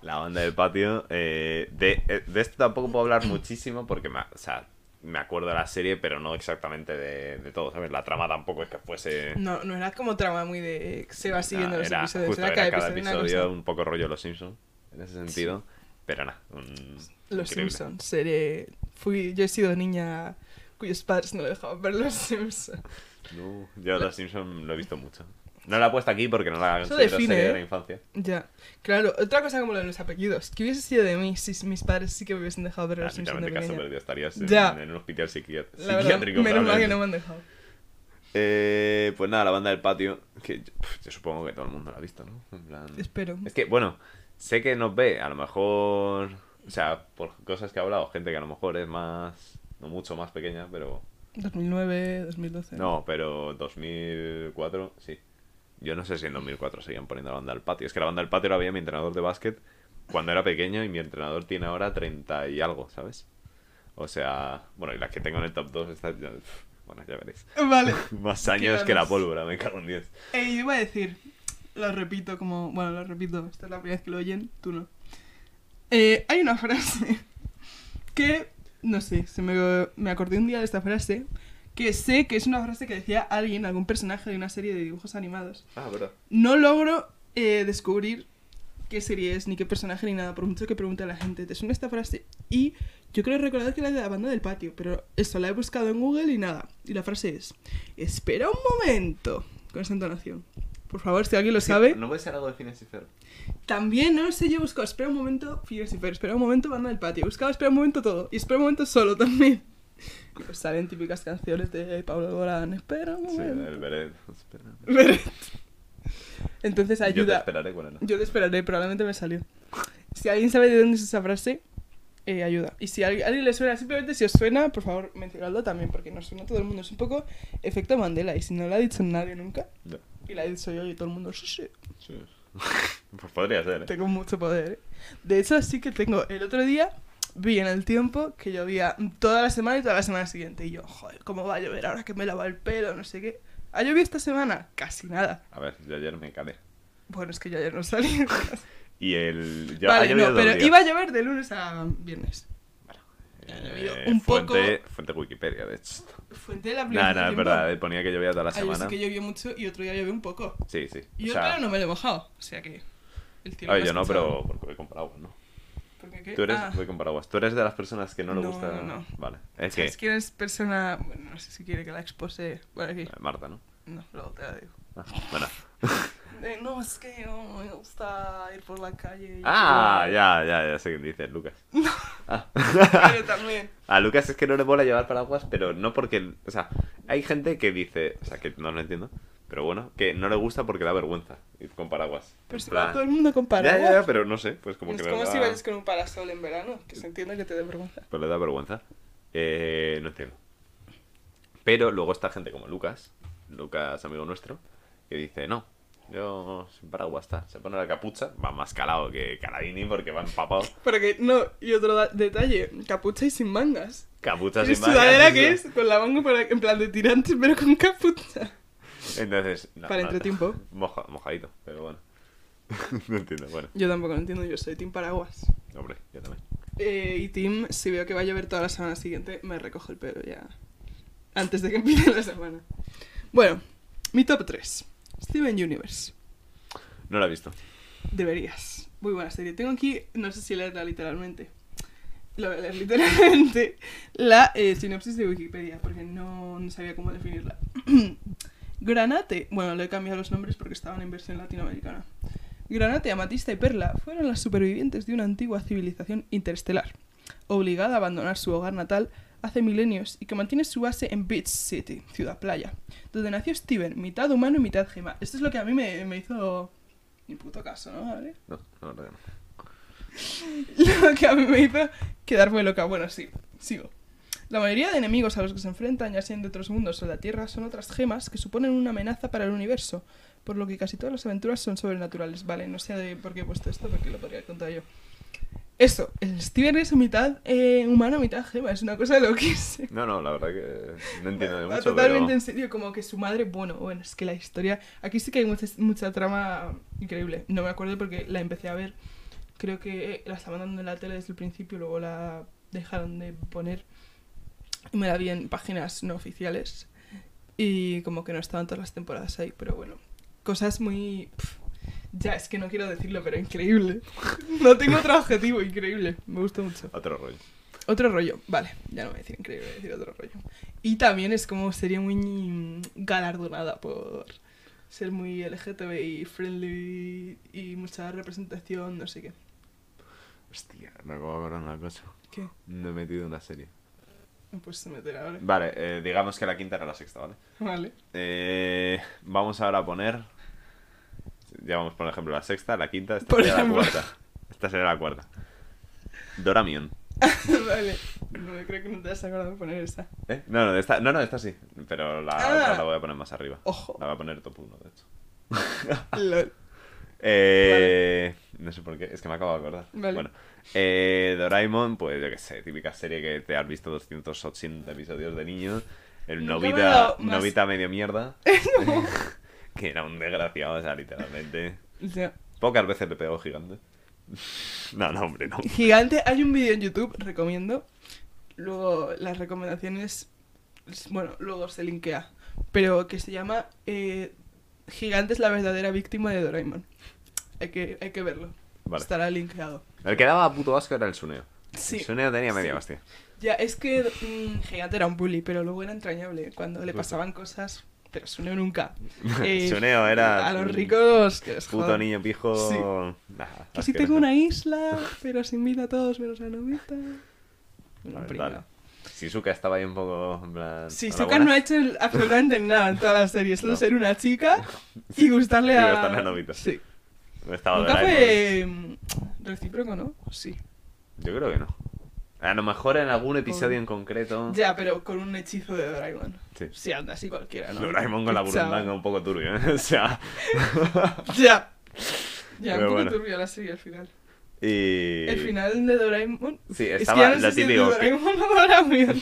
La banda del patio. eh, de, eh, de esto tampoco puedo hablar muchísimo porque me, o sea, me acuerdo de la serie, pero no exactamente de, de todo, ¿sabes? La trama tampoco es que fuese...
No, no era como trama muy de que se va siguiendo los
era-
episodios,
justo,
era cada, episodio,
episodio,
una cosa.
un poco rollo Los Simpsons, en ese sentido. Pero nada. un-
Los
increíble.
Simpsons, serie fui, yo he sido niña cuyos padres no dejaban ver los Simpsons.
No, Uh, yo la Simpson lo he visto mucho. No la he puesto aquí porque no la
Eso
considero
define,
serie
¿eh?
de la infancia.
Ya, claro, otra cosa como lo de los apellidos. ¿Qué hubiese sido de mí si mis padres sí que me hubiesen dejado ver
Ah,
los Simpsons
Literalmente
de
caso
pequeña?
perdido. Estarías
Ya.
en, en un hospital psiquiat-
La verdad,
psiquiátrico.
menos mal que
probablemente.
no me han dejado.
Eh, pues nada, la banda del patio, que yo, pf, yo supongo que todo el mundo la ha visto, ¿no? En plan-
Espero.
Es que, bueno, sé que nos ve, a lo mejor, o sea, por cosas que ha hablado, gente que a lo mejor es más, no mucho más pequeña, pero...
2009, 2012.
No, pero 2004, sí. Yo no sé si en 2004 seguían poniendo la banda del patio. Es que la banda del patio la veía mi entrenador de básquet cuando era pequeño y mi entrenador tiene ahora 30 y algo, ¿sabes? O sea, bueno, y la que tengo en el top 2 está... ya- Bueno, ya veréis.
Vale.
Más años que la
Quedamos.
pólvora, me cago en 10.
Eh, yo iba a decir, lo repito como, bueno, lo repito, esta es la primera vez que lo oyen, tú no. Eh, hay una frase que, no sé, se me, me acordé un día de esta frase, que sé que es una frase que decía alguien, algún personaje de una serie de dibujos animados.
Ah, verdad.
No logro eh, descubrir qué serie es, ni qué personaje, ni nada, por mucho que pregunte a la gente. ¿Te suena esta frase? Y yo creo recordar que era de la banda del patio, pero esto la he buscado en Google y nada. Y la frase es, espera un momento, con esa entonación. Por favor, si alguien lo sabe.
No puede ser algo de fines y cero.
También, no sé, yo he buscado, espera un momento, Fierce pero espera un momento, banda del patio. He buscado, espera un momento todo. Y espera un momento solo también. Y pues salen típicas canciones de Pablo Alborán. Espera un
Sí,
momento.
el Beret. Espera.
Entonces
Yo te
ayuda.
esperaré cuál era.
Yo te esperaré, probablemente me salió. Si alguien sabe de dónde es esa frase, eh, ayuda. Y si a alguien, a alguien le suena, simplemente si os suena, por favor, mencionadlo también, porque nos suena a todo el mundo. Es un poco efecto Mandela, y si no lo ha dicho nadie nunca,
Ya.
y la he dicho yo y todo el mundo, sí, sí,
Sí. pues podría ser, ¿eh?
tengo mucho poder. ¿eh". De hecho, sí que tengo. El otro día vi en el tiempo que llovía toda la semana y toda la semana siguiente. Y yo, joder, ¿cómo va a llover ahora que me lava el pelo? No sé qué. ¿Ha llovido esta semana? Casi nada.
A ver, yo ayer me calé.
Bueno, es que yo ayer no salí.
Y el. ya-
vale,
ayer
no,
había dos
pero
días.
iba a llover de lunes a viernes.
Eh,
ha llovido un
fuente, Fuente Wikipedia, de hecho.
Fuente de la
No,
aplicación.
no, es verdad. eh, Ponía que llovía toda la
Ayer
semana.
sí Ah, que llovió mucho y otro día llovió un poco.
Sí, sí.
Y yo
o sea,
el pelo no me lo he mojado. O sea que. El cielo
a ver,
me ha
yo no,
escuchado.
pero porque voy con paraguas, ¿no?
¿Por qué qué?
Tú eres,
Ah,
voy con paraguas. Tú eres de las personas que no le
No,
gusta.
no, no.
Vale. Es que.
¿Sabes quién es persona.? Bueno, no sé si quiere que la expose. Bueno, aquí.
eh, Marta, ¿no?
No, luego te la digo.
Ah, bueno.
Eh, no, es que no me gusta ir por la calle. y-
Ah, ya, ya, ya sé quién dices, Lucas. Ah.
Pero también.
A Lucas es que no le mola llevar paraguas, pero no porque. O sea, hay gente que dice. O sea, que no lo entiendo. Pero bueno, que no le gusta porque da vergüenza ir con paraguas.
Pero
En
si
plan-
va todo el mundo con paraguas.
Ya, ya, ya, pero no sé. Pues como
es
que le
como
da-
si vayas con un parasol en verano, que se entiende que te dé vergüenza.
Pues le da vergüenza. Eh, no entiendo. Pero luego está gente como Lucas, Lucas, amigo nuestro, que dice: No, yo sin paraguas está. Se pone la capucha, va más calado que Caladini porque va empapado.
Pero que no, y otro da- detalle: capucha y sin mangas.
Capucha
¿Y
sin mangas,
sudadera
eso.
que es? Con la manga para- en plan de tirantes, pero con capucha.
Entonces. no,
Para
no,
entretiempo.
moja- mojadito, pero bueno. no entiendo, bueno.
Yo tampoco lo entiendo, yo soy team paraguas.
Hombre, yo también.
Eh, y team, si veo que va a llover toda la semana siguiente, me recojo el pelo ya. Antes de que empiece la semana. Bueno, mi top 3. Steven Universe.
No la he visto.
Deberías. Muy buena serie. Tengo aquí, no sé si leerla literalmente. Lo voy a leer literalmente. La eh, sinopsis de Wikipedia, porque no, no sabía cómo definirla. Granate. Bueno, le he cambiado los nombres porque estaban en versión latinoamericana. Granate, Amatista y Perla fueron las supervivientes de una antigua civilización interestelar, obligada a abandonar su hogar natal hace milenios y que mantiene su base en Beach City, ciudad playa, donde nació Steven, mitad humano y mitad gema. Esto es lo que a mí me, me hizo ni puto caso, ¿no? ¿Vale?
No, no, la verdad que no.
Lo que a mí me hizo quedarme loca. Bueno, sí, sigo. La mayoría de enemigos a los que se enfrentan, ya sean de otros mundos o de la Tierra, son otras gemas que suponen una amenaza para el universo, por lo que casi todas las aventuras son sobrenaturales. Vale, no sé de por qué he puesto esto, porque lo podría contar yo. Eso, el Steven es mitad eh, humano, mitad gema, es una cosa loquísima.
No, no, la verdad que no entiendo de
Va
mucho,
Ah, totalmente
pero...
en serio, como que su madre, bueno, bueno, es que la historia, aquí sí que hay mucha, mucha trama increíble. No me acuerdo porque la empecé a ver, creo que la estaban dando en la tele desde el principio, luego la dejaron de poner y me la vi en páginas no oficiales y como que no estaban todas las temporadas ahí, pero bueno, cosas muy... pf, ya, es que no quiero decirlo, pero increíble. No tengo otro objetivo, increíble. Me gustó mucho.
Otro rollo.
Otro rollo, vale, ya no voy a decir increíble, voy a decir otro rollo. Y también es como sería muy mm, galardonada por ser muy LGTBI friendly y mucha representación, no sé qué.
Hostia, me acabo de acordar de una cosa.
¿Qué?
Me he metido en una serie.
Pues se meter ahora.
Vale, eh, digamos que la quinta era la sexta, ¿vale?
Vale.
Eh, vamos ahora a poner. Ya vamos, por ejemplo, la sexta, la quinta, esta
Por
sería
ejemplo.
la cuarta. Esta sería la cuarta. Doramion.
vale. No, creo que no te has acordado de poner esa.
¿Eh? No, no, esta, no, no, esta sí. Pero la
Ah.
otra la voy a poner más arriba.
Ojo.
La voy a poner top 1, de hecho.
Lol.
Eh, No sé por qué, es que me acabo de acordar.
Vale.
Bueno, eh, Doraemon, pues yo qué sé, típica serie que te has visto 280 episodios de niño. El
Nunca me ha
novita,
dado más.
novita medio mierda. que era un desgraciado, o sea, literalmente.
Ya.
Pocas veces le pegó gigante. No, no, hombre, no.
Gigante, hay un vídeo en YouTube, recomiendo. Luego las recomendaciones, es- bueno, luego se linkea. Pero que se llama eh, Gigante es la verdadera víctima de Doraemon. Hay que, hay que verlo.
Vale.
Estará linkeado.
El que daba puto asco era el Suneo.
Sí.
El Suneo tenía media
Sí.
hostia.
Ya, es que mm, Gigante era un bully, pero luego era entrañable cuando le
Justo.
pasaban cosas. Pero Suneo nunca. Eh,
Suneo era
A
un
los ricos. Que les
Puto
jodan.
niño pijo.
Sí.
Nah,
Que si
asqueroso.
tengo una isla, pero os invita a todos menos a Novita.
A
No,
ver,
pringao.
dale. Shizuka estaba ahí un poco en plan.
Sí,
"Hola,
Sokka no ha
buenas".
hecho el- absolutamente nada en toda la serie. Solo
No.
ser una chica y gustarle
Y
a...
gustarle a Nobita.
Sí.
No estaba
Nunca
Doraemon.
fue mm, recíproco, ¿no? Sí.
Yo creo que no. A lo mejor en algún episodio en concreto.
Oh. Ya, pero con un hechizo de Doraemon.
Sí.
Si anda así cualquiera, ¿no?
Doraemon con la
Chao.
burundanga un poco turbio, ¿eh? O sea.
Ya. Ya,
Pero
un poco
bueno.
turbia la serie al final.
Y.
El final de Doraemon...
Sí,
Es que
estaba
ya no
lo
sé si es de
típico que-
Doraemon o Doraemon.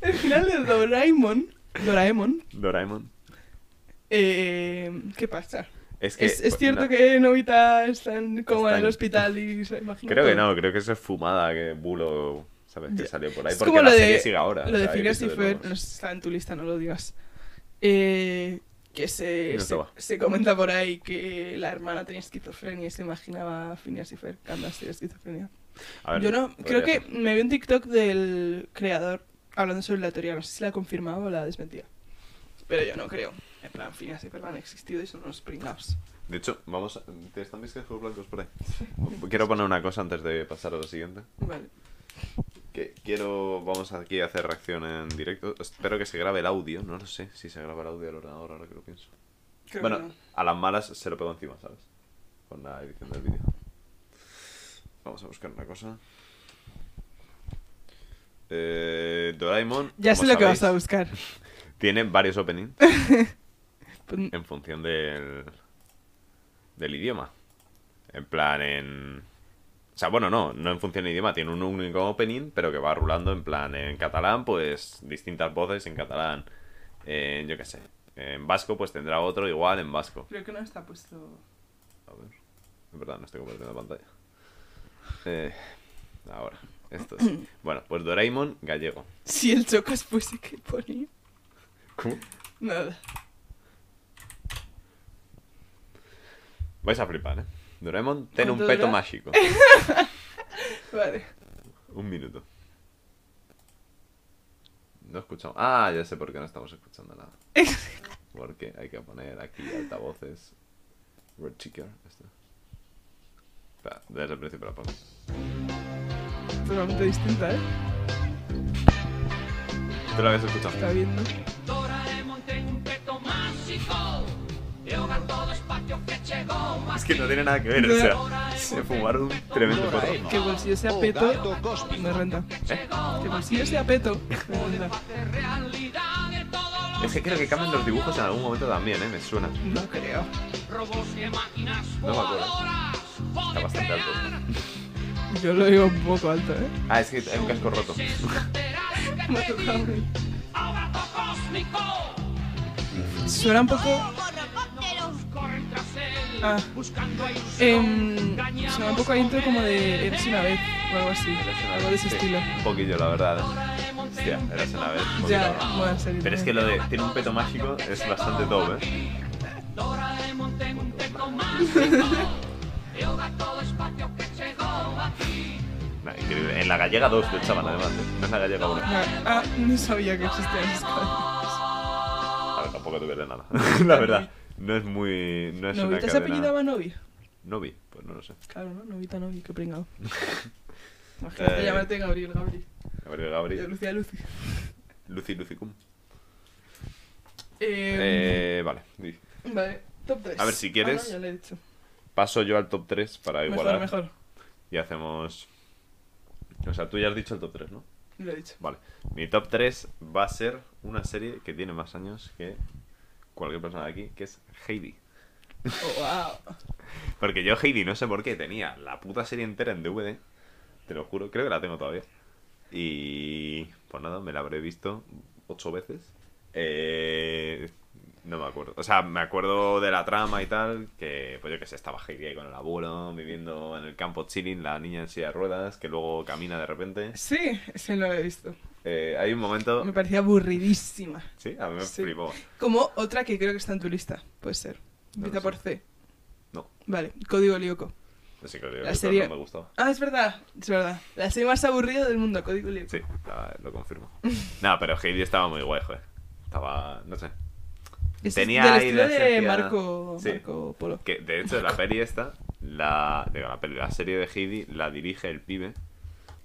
El final de Doraemon... Doraemon...
Doraemon.
Eh, ¿Qué pasa?
Es que. pues,
¿Es, es cierto
no,
que Novita está en coma en el
Está en-
hospital y se imagina
Creo que
todo?
no, creo que eso es fumada que Bulo. ¿Sabes? Que
Ya.
salió por ahí.
Es
Porque
como
la
lo de-
serie sigue ahora.
Lo
o
de
sea, hay
Phineas y
episodios
Ferb no
nuevos.
está en tu lista, no lo digas. Eh, que se,
No
se,
estaba.
se comenta por ahí que la hermana tenía esquizofrenia y se imaginaba a Phineas y Ferb cantando así de esquizofrenia.
A ver,
Yo no, creo
podría
que
ser.
me vi un TikTok del creador hablando sobre la teoría, no sé si la confirmaba o la desmentía. Pero yo no creo. En plan, Phineas y Ferb han existido y son unos pringados.
De hecho, vamos. A... ¿Te están mis quejos blancos por ahí? Quiero poner una cosa antes de pasar a lo siguiente.
Vale.
Que quiero, vamos aquí a hacer reacción en directo. Espero que se grabe el audio. No lo sé si se graba el audio del ordenador ahora que lo pienso.
Creo
bueno,
que no.
a las malas se lo pego encima, ¿sabes? Con la edición del vídeo. Vamos a buscar una cosa. Eh, Doraemon.
Ya
como
sé lo que
sabéis,
vas a buscar.
Tiene varios openings
Pues-
en función del, del idioma. En plan, en. O sea, bueno, no, no en función del idioma, tiene un único opening, pero que va rulando en plan en catalán, pues distintas voces en catalán. En, yo qué sé. En vasco, pues tendrá otro igual en vasco.
Creo que no está puesto.
A ver. En verdad, no estoy compartiendo la pantalla. Eh, ahora, esto es. Bueno, pues Doraemon gallego.
Si el chocas fuese que ponía.
¿Cómo?
Nada.
Vais a flipar, ¿eh? Doraemon tiene un
¿Cuánto
peto
dura?
mágico.
Vale.
Un minuto. No escuchamos. Ah, ya sé por qué no estamos escuchando nada. Porque hay que poner aquí altavoces. Red Checker. Esto. Espera, desde el principio la pongo.
Totalmente distinta, ¿eh?
Tú lo habías escuchado.
Está viendo.
Doraemon tem un peto mágico Yoga todo espacio que llegó
Es que no tiene nada que ver, o sea, se fumaron un tremendo porro.
Que el bolsillo sea peto. Me renta.
¿Eh?
Que el bolsillo sea peto. Me renta.
Realidad de todos los
Es que creo que cambian los dibujos en algún momento también, ¿eh? Me suena.
No creo.
robots y máquinas
No me acuerdo.
voladoras
Está
Puede
bastante alto.
crear
Yo lo digo un poco alto, ¿eh?
Ah, es que hay un casco roto.
superhéroes que
Me ha tocado.
pedir Abrazo cósmico
Suena un poco.
Corren tras él
Ah.
Buscando a
em, suena un poco a intro como de Eres una vez o algo así. Algo de ese
Sí,
estilo.
Un poquillo, la verdad. Hostia, eras una vez. un poquillo,
Ya,
la verdad.
bueno, en serio.
Pero es que lo de tiene un peto mágico es bastante dope, ¿eh?
Doraemon tem un peto mágico Yoga todo espacio que llegó aquí
Nah, increíble. En la gallega 2 lo echaban además, ¿eh? No en la gallega 1.
Ah, no sabía que existían esas cadenas. Ah.
A ver, tampoco te pierdes nada. la verdad. No es muy. No es una
¿Novita se
cadena-
apellidaba Novi?
Novi, pues no lo sé.
Claro, ¿no? Novita Novi, qué pringado.
Eh.
Imagínate llamarte Gabriel, Gabriel.
Gabriel Gabriel.
Lucía Lucy.
Lucy Lucicum.
Eh,
Eh, vale. di.
Vale, top 3.
a ver, si quieres- ¿eh?
ya le he dicho.
Paso yo al top 3 para igualar.
Mejor, mejor.
Y hacemos. O sea, tú ya has dicho el top 3, ¿no?
Lo he dicho.
Vale. Mi top 3 va a ser una serie que tiene más años que cualquier persona de aquí, que es Heidi.
Oh, wow.
Porque yo Heidi, no sé por qué, tenía la puta serie entera en DVD. Te lo juro, creo que la tengo todavía. Y pues nada, me la habré visto ocho veces. Eh, no me acuerdo. O sea, me acuerdo de la trama y tal, que pues yo que sé, estaba Heidi ahí con el abuelo, viviendo en el campo chilling, la niña en silla de ruedas, que luego camina de repente.
Sí, ese no lo he visto.
Eh, hay un momento...
Me parecía aburridísima.
Sí, a mí me
Sí.
flipó.
Como otra que creo que está en tu lista, puede ser.
No
Empieza
lo sé.
por C.
No,
Vale, Código Lyoko.
así que lo digo,
La
pero
serie-
no me gustaba.
Ah, es verdad, es verdad. La serie más aburrida del mundo, Código Lyoko.
Sí, ah, lo confirmo. Nada, pero Heidi estaba muy guay, joder. Estaba, no sé,
Este Es
Tenía
del
ahí
estilo
la
de
esencia-
Marco,
Sí.
Marco Polo.
Que de hecho la peli esta, la, digo, la, peli, la serie de Heidi la dirige el pibe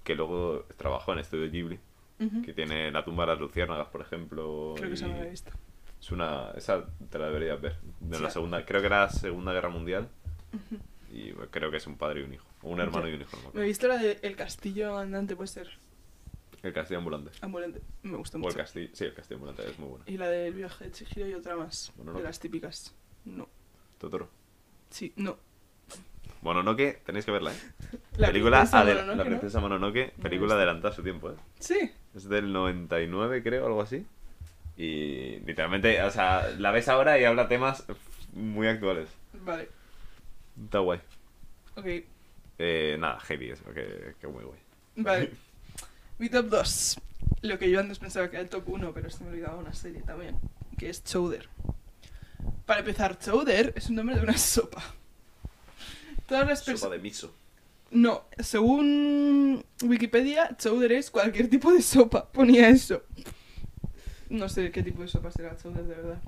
que luego trabajó en Estudio Ghibli,
Ujú.
que tiene La tumba de las luciérnagas, por ejemplo.
Creo que
y
esa no la he visto.
es una, esa te la deberías ver. De la
Sí.
segunda, creo que era la Segunda Guerra Mundial. Y bueno, creo que es un padre y un hijo. O un hermano
Ya.
y un hijo. no me
Me he
acuerdo.
visto la de El Castillo Andante, puede ser.
El castillo ambulante.
Ambulante. Me gusta
O el
mucho.
castillo, sí, el castillo ambulante es muy bueno.
Y la del viaje de Chihiro y otra más.
Bueno, no.
de las típicas. No.
Totoro.
Sí, no.
Bueno, no que tenéis que verla, ¿eh?
La
película
princesa
adel-
Mononoke,
La
¿no?
princesa Mononoke,
la he
película
visto.
adelantada a su tiempo, ¿eh?
Sí.
Es del 99, creo, algo así. Y literalmente, o sea, la ves ahora y habla temas muy actuales.
Vale.
Está guay.
Ok.
Eh, nada, Heidi, eso, que, que muy guay.
Vale. Mi top 2. Lo que yo antes pensaba que era el top 1, pero se me olvidaba una serie también. Que es Chowder. Para empezar, Chowder es un nombre de una sopa. Todas las personas.
de miso.
No, según Wikipedia, chowder es cualquier tipo de sopa. Ponía eso. No sé qué tipo de sopa será chowder, de verdad.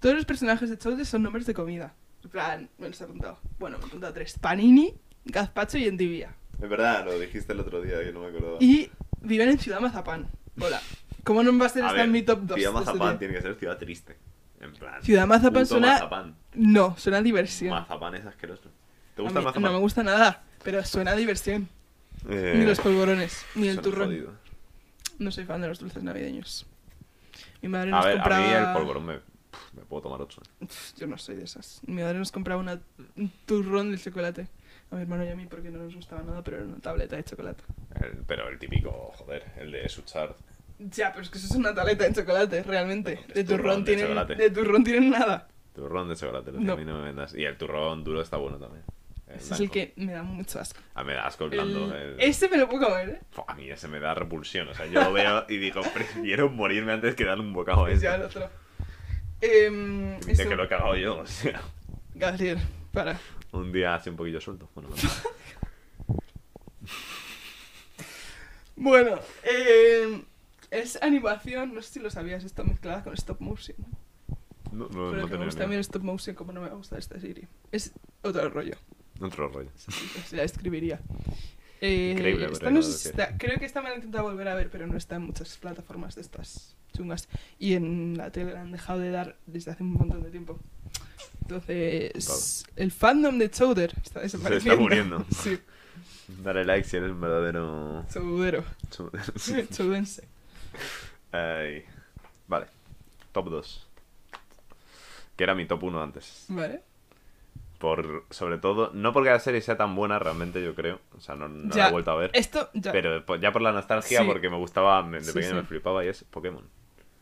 Todos los personajes de chowder son nombres de comida. En plan, me los he apuntado. Bueno, me he apuntado tres. Panini, gazpacho y endivia.
Es verdad, lo dijiste el otro día, que no me acordaba.
Y viven en Ciudad Mazapán. Hola. ¿Cómo no va a ser esta este en mi top 2?
Ciudad Mazapán tiene que ser ciudad triste. En plan.
Ciudad Mazapán
puto
suena-
Mazapán.
No, suena a diversión.
Mazapán es asqueroso. ¿Te
A
gusta el
mí
Mazapán?
No me gusta nada, pero suena a diversión.
Eh,
Ni los polvorones, ni el
suena
turrón.
jodido.
No soy fan de los dulces navideños. Mi madre
A
nos
ver,
compraba...
a mí el polvorón me, pf, me puedo tomar ocho.
Pf, Yo no soy de esas. Mi madre nos compraba una, un turrón de chocolate. A mi hermano y a mí porque no nos gustaba nada, pero era una tableta de chocolate.
El- pero el típico, joder, el de Suchard.
Ya, pero es que eso es una tableta de chocolate, realmente.
No, es
de
turrón
turrón,
de
tienen,
chocolate.
de turrón tienen nada.
Turrón de chocolate, lo que
No.
a mí no me vendas. Y el turrón duro está bueno también.
Ese es el
blanco.
que me da mucho asco.
A mí me da asco el blando.
El-
el-
Ese me lo puedo comer, ¿eh?
Fua, A mí ese me da repulsión. O sea, yo lo veo y digo, prefiero morirme antes que darle un bocado a
Pues ya el
esto.
otro. Em,
Y Dice
eso.
que lo he cagado yo. O sea,
Gabriel, para.
un día hace un poquillo suelto. Bueno, no.
Bueno, em, es animación, no sé si lo sabías, está mezclada con stop motion. ¿no?
no, no, no
Pero que me
tenía
gusta
ni-
también stop motion, como no me gusta esta serie. Es otro rollo.
Otro rollo.
Se la escribiría. Eh,
Increíble,
esta
pero
no
no
sé
lo
si
tiene.
está- creo que esta me la he intentado volver a ver, pero no está en muchas plataformas de estas chungas. Y en la tele la han dejado de dar desde hace un montón de tiempo. Entonces, el fandom de Chowder está desapareciendo.
muriendo.
Sí,
Dale like si eres un verdadero.
Chowdero. Chowdense.
Ay. Vale. Top 2. Que era mi top 1 antes.
¿Vale?
Por, sobre todo, no porque la serie sea tan buena, realmente yo creo. O sea, no, no la
Ya.
he vuelto a ver.
Esto, ya.
Pero po- ya por la nostalgia,
Sí.
porque me gustaba, me- de
Sí,
pequeño
sí.
me flipaba y es Pokémon.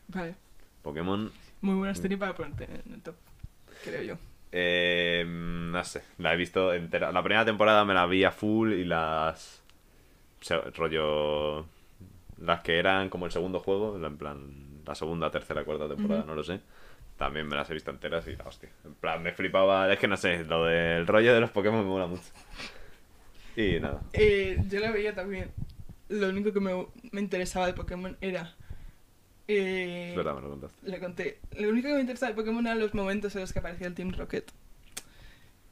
Vale.
Pokémon,
Muy buena serie
Mm.
para ponerte en el top, creo yo.
eh, no sé, la he visto entera. La primera temporada me la vi a full y las... o sea, rollo... Las que eran como el segundo juego, en plan la segunda, tercera, cuarta temporada, no lo sé. También me las he visto enteras y la hostia. En plan, me flipaba, es que no sé, lo del rollo de los Pokémon me mola mucho. Y nada.
Eh, yo la veía también. Lo único que me, me interesaba de Pokémon era. eh,
Es verdad, me lo contaste.
Le conté. Lo único que me interesaba de Pokémon eran los momentos en los que aparecía el Team Rocket.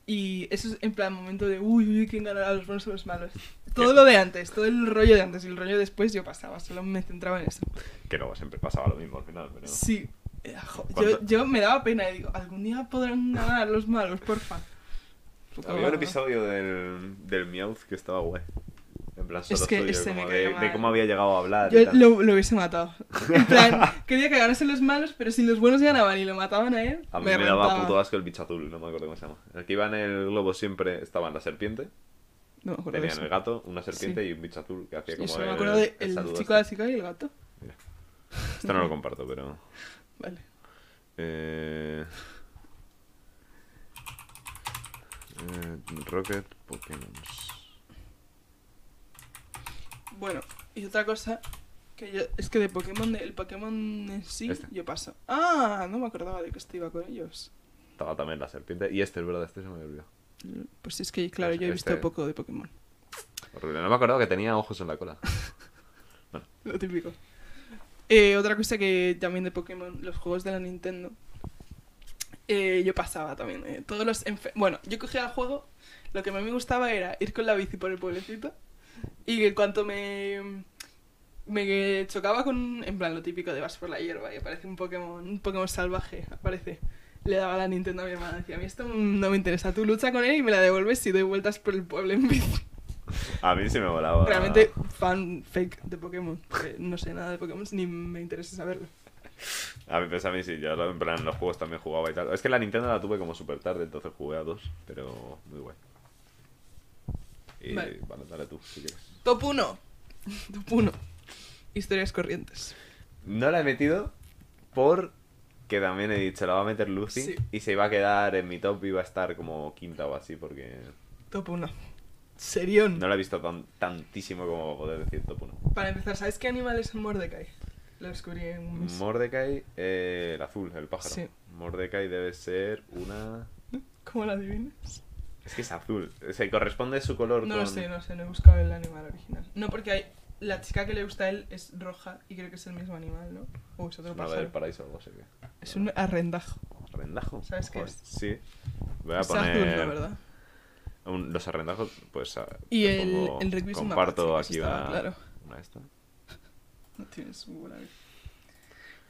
Y eso es en plan momento de uy, uy, quién ganará los buenos o los malos. Todo lo de antes, todo el rollo de antes y el rollo de después yo pasaba, solo me centraba en eso.
Que luego siempre pasaba lo mismo al final, pero.
Sí. Eh, jo, Yo,
¿Cuánto?
yo me daba pena y digo, algún día podrán ganar los malos, porfa.
Había un episodio del, del Meowth que estaba guay. En plan, solo
Es que
suyo,
ese
como
me
de,
cayó
de
mal.
cómo había llegado a hablar. y
Yo
tal.
lo, lo hubiese matado. En plan, quería que ganasen los malos, pero si los buenos ganaban y lo mataban a él,
A mí me, daba
rentaba.
puto asco el bicho azul, no me acuerdo cómo se llama. El que iba en el globo siempre estaban la serpiente,
No me acuerdo de
tenían
eso.
el gato, una serpiente
Sí.
y un bicho azul que hacía
Yo
como.
solo me
el-
acuerdo de
el
el
saludo
chico, la
este.
chica y el gato.
Esto no lo comparto, pero.
Vale.
Eh... eh, Rocket Pokémon.
Bueno, y otra cosa que yo. Es que de Pokémon, el Pokémon en sí,
Este.
yo paso. Ah, no me acordaba de que este iba con ellos.
Estaba también la serpiente. Y este, es verdad, este se me había olvidado.
Pues es que, claro,
Pues
yo he visto
este.
poco de Pokémon.
Horrible. No me acordaba que tenía ojos en la cola.
Lo típico. Eh, otra cosa que también de Pokémon, los juegos de la Nintendo. eh, yo pasaba también. eh, todos los enfe- Bueno, yo cogía el juego. Lo que más me gustaba era ir con la bici por el pueblecito. Y que en cuanto me. Me chocaba con. En plan, lo típico de vas por la hierba y aparece un Pokémon. Un Pokémon salvaje. Aparece. Le daba la Nintendo a mi hermana. Decía, a mí esto no me interesa. Tú lucha con él y me la devuelves y doy vueltas por el pueblo en bici.
A mí sí me volaba.
Realmente
Ah.
fan fake de Pokémon. porque No sé nada de Pokémon ni me interesa saberlo.
A mí, pues a mí sí, yo en plan los juegos también jugaba y tal. Es que la Nintendo la tuve como súper tarde, entonces jugué a dos, pero muy guay. Y
Vale.
vale, dale tú, si quieres.
Top 1. Top 1. Historias corrientes.
No la he metido porque también he dicho, la va a meter Lucy
Sí.
y se iba a quedar en mi top, iba a estar como quinta o así, porque
Top 1. Serión.
no la he visto tan, tantísimo como para poder decir top 1.
Para empezar, ¿sabes qué animal es Mordecai? Lo descubrí en un mes.
Mordecai, eh, el azul, el pájaro.
Pues- Sí.
Mordecai debe ser una...
¿Cómo lo adivinas?
Es que es azul, se corresponde su color
No
con...
lo sé, no sé, no he buscado el animal original. No, porque hay... la chica que le gusta a él es roja y creo que es el mismo animal, ¿no? O es
Es
otro
una ave del
pájaro.
paraíso o algo así. que-
Es un arrendajo.
Arrendajo.
¿Sabes qué
Joder,
es?
pues, Sí. Voy a
Es
poner.
azul, la verdad.
un- los arrendajos, pues. a-
Y
le
el-
pongo-
el requisito
Comparto
mapache,
aquí
eso estaba
una.
claro.
Una esta.
No tienes un buen hábito.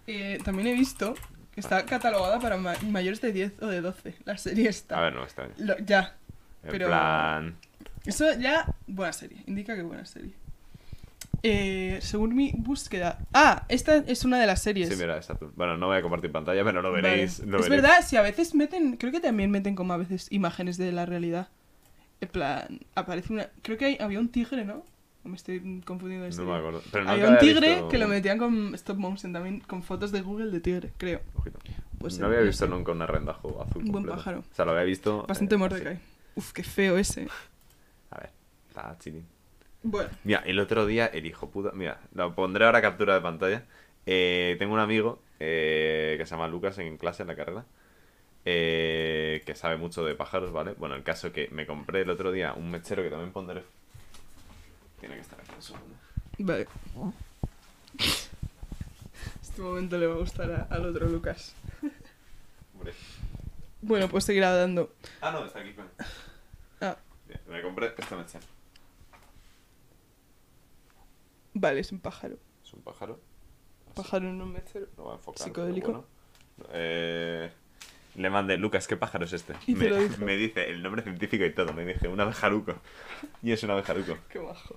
Eh, también he visto que está catalogada para ma- mayores de 10 o de 12. La serie está.
A ver, no, esta. En
Lo- ya. Pero-
plan.
Eso ya. Buena serie. Indica que buena serie. Eh, según mi búsqueda. Ah, esta es una de las series.
Sí, mira, es azul. Bueno, no voy a compartir pantalla, pero lo
Vale.
veréis. lo
es
veréis.
verdad, si a veces meten. Creo que también meten como a veces imágenes de la realidad. En plan, aparece una. Creo que hay- había un tigre, ¿no? O me estoy confundiendo de
No
serie.
me acuerdo. Pero no
había un tigre
visto...
que lo metían con stop motion también, con fotos de Google de tigre, creo.
Ojito.
Pues
no
el-
había
no
visto
sé.
nunca un arrendajo azul.
Un buen
completo.
pájaro.
O sea, lo había visto.
Bastante
eh,
Mordecai.
sí.
Uf, qué feo ese.
A ver, está chilling.
Bueno,
Mira, el otro día el hijo puta. Mira, lo pondré ahora captura de pantalla. Eh, tengo un amigo eh, que se llama Lucas en clase, en la carrera, eh, que sabe mucho de pájaros, ¿vale? Bueno, el caso que me compré el otro día un mechero que también pondré. Tiene que estar aquí un segundo.
vale. Este momento le va a gustar a- al otro Lucas.
Hombre.
Bueno, pues seguirá dando.
Ah, no, está aquí, coño.
Ah,
Bien, Me compré este mechero.
vale, es un pájaro.
Es un pájaro. Así.
Pájaro en un mechero.
No va a enfocar.
Psicodélico.
pero bueno. Eh, le mandé, Lucas, ¿qué pájaro es este?
Y te
me,
lo dijo.
me dice el nombre científico y todo. Me dije, un abejaruco. Y es un abejaruco.
Qué bajo.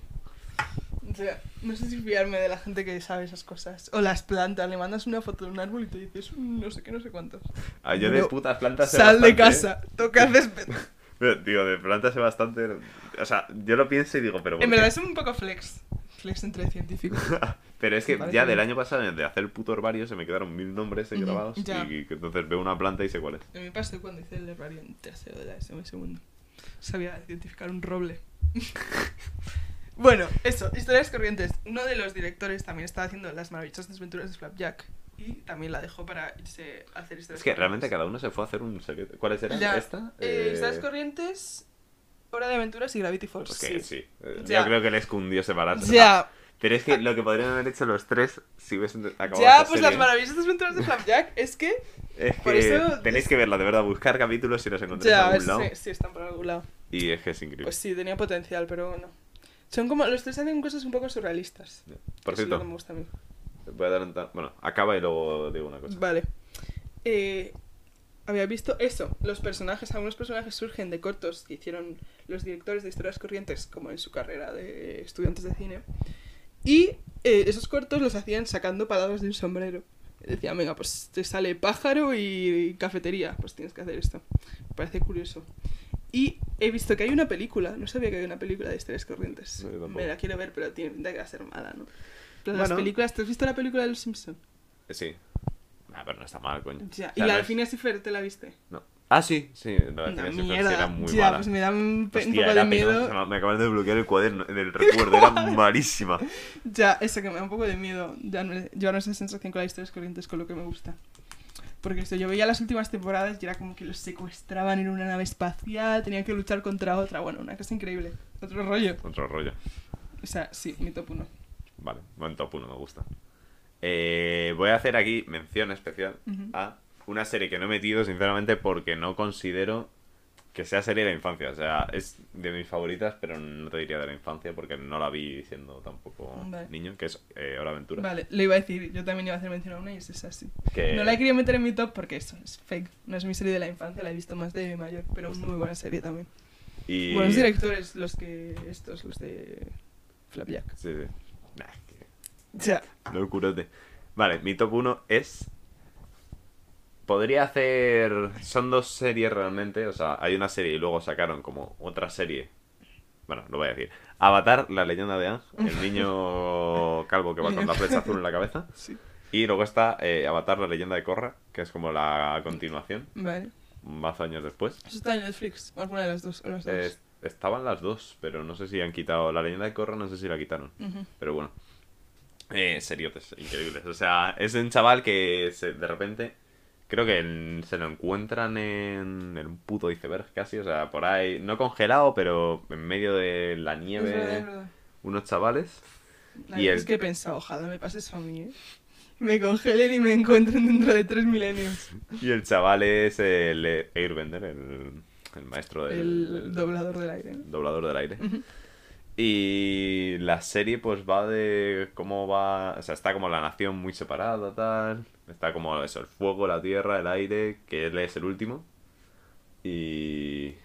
O sea, no sé si fiarme de la gente que sabe esas cosas. O las plantas, le mandas una foto de un árbol y te dices un no sé qué, no sé cuántos.
Ah, yo de
Pero
putas plantas sé
Sal de
bastante, ¿eh?
casa, toca césped.
Pero, tío, de plantas sé bastante. O sea, yo lo pienso y digo, pero. ¿por
En
qué?
verdad es un poco flex. Flex entre científicos.
pero es que
me parece
ya del
bien.
año pasado, de hacer el puto herbario, se me quedaron mil nombres ahí
Ujú,
grabados. Y,
ya.
y que entonces veo una planta y sé cuál es.
A mí me pasó cuando hice el herbario en tercero de la SM segundo. Sabía identificar un roble. bueno, eso, historias corrientes. Uno de los directores también estaba haciendo las maravillosas desventuras de Flapjack. Y también la dejó para irse a hacer historias
Es que realmente
corrientes.
cada uno se fue a hacer un secreto. ¿Cuáles eran?
Ya.
¿Esta?
Eh,
Eh,
historias corrientes. Hora de Aventuras y Gravity Falls.
Pues
sí.
que sí. Eh,
Ya.
Yo creo que les cundió separarse. o sea,
Ya,
Pero es que lo que podrían haber hecho los tres si hubiesen acabado
ya,
esta
pues
serie,
las maravillosas aventuras de Flapjack es que.
Es
por
que
eso-
tenéis que verla, de verdad, buscar capítulos si los encontráis en
Ya,
algún lado.
sí, sí, están por algún lado.
Y es que es increíble.
Pues sí, tenía potencial, pero no. Son como. Los tres hacen cosas un poco surrealistas.
Por
Eso es lo
cierto,
que me gusta a mí.
voy a adelantar. Bueno, acaba y luego digo una cosa.
Vale. Eh, había visto eso. Los personajes, algunos personajes surgen de cortos que hicieron los directores de historias corrientes, como en su carrera de estudiantes de cine. Y eh, esos cortos los hacían sacando palabras de un sombrero. Decían, venga, pues te sale pájaro y cafetería, pues tienes que hacer esto. Me parece curioso. Y he visto que hay una película, no sabía que había una película de historias corrientes.
No, yo tampoco.
Me la quiero ver, pero tiene pinta que va a ser mala, ¿no? Pero las
Bueno.
películas, ¿te has visto la película de Los Simpsons?
Eh, Sí. Ah, pero no está mal, coño.
Ya,
O sea,
y la
no
de
es-
Phineas y Ferb, ¿te la viste?
No. Ah, sí, sí. La de
Una
Phineas y Ferb sí
mierda.
era muy
ya,
mala.
pues me da un, pe- un
Hostia,
poco
era
de miedo.
penosa, Me acaban de bloquear el cuaderno, el recuerdo, era malísima.
Ya, eso que me da un poco de miedo. Ya no, ya no esa sensación con las historias corrientes con lo que me gusta. Porque esto, yo veía las últimas temporadas y era como que los secuestraban en una nave espacial, tenían que luchar contra otra. Bueno, una cosa increíble. Otro rollo.
Otro rollo.
O sea, sí, mi top 1.
Vale, buen top 1, me gusta. Eh, voy a hacer aquí mención especial
Ujú.
a una serie que no he metido, sinceramente, porque no considero que sea serie de la infancia. O sea, es de mis favoritas, pero no te diría de la infancia porque no la vi siendo tampoco
Vale.
niño, que es eh, Hora Aventura.
Vale, lo iba a decir, yo también iba a hacer mención a una y es esa, sí.
Que-
No la he querido meter en mi top porque eso es fake. No es mi serie de la infancia, la he visto más de mayor, pero muy buena serie también.
y...
Buenos directores, los que. estos, los de. Flapjack.
Sí, sí. Nah, que-
Ya.
Locurote. Vale, mi top 1 es. Podría hacer. Son dos series realmente. O sea, hay una serie y luego sacaron como otra serie. Bueno, lo voy a decir. Avatar, la leyenda de Ang, el niño calvo que va con la flecha azul en la cabeza.
Sí.
Y luego está eh, Avatar, la leyenda de Korra, que es como la continuación,
Vale.
más años después.
Eso está en Netflix, o alguna de las dos. o las dos.
Eh, estaban las dos, pero no sé si han quitado. La leyenda de Korra, no sé si la quitaron.
Ujú.
Pero bueno. Eh, seriotes, increíbles. O sea, es un chaval que se- de repente. Creo que en- se lo encuentran en, en un puto iceberg casi. O sea, por ahí. No congelado, pero en medio de la
Es verdad, es
nieve.
verdad.
Unos chavales.
La
Y
verdad
el-
es que he pensado, ojalá me pase eso a mí, ¿eh? Me congelen y me encuentren dentro de tres milenios.
Y el chaval es el eh, Airbender, el, el maestro del.
El
del-
doblador del aire. ¿no?
doblador del aire.
Ujú.
Y la serie pues va de cómo va, o sea, está como la nación muy separada, tal, está como eso, el fuego, la tierra, el aire, que él es el último. Y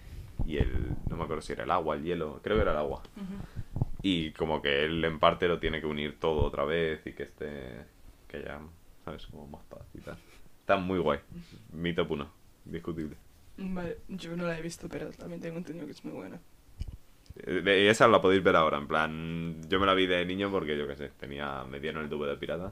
y el no me acuerdo si era el agua, el hielo, creo que era el agua.
Ujú.
Y como que él en parte lo tiene que unir todo otra vez y que esté que haya, sabes, como más paz y tal. Está muy guay. Mi top 1, discutible.
Vale, yo no la he visto, pero también tengo entendido que es muy buena.
Eh, eh, Esa la podéis ver ahora, en plan, yo me la vi de niño porque yo qué sé, tenía, me dieron el tubo de pirata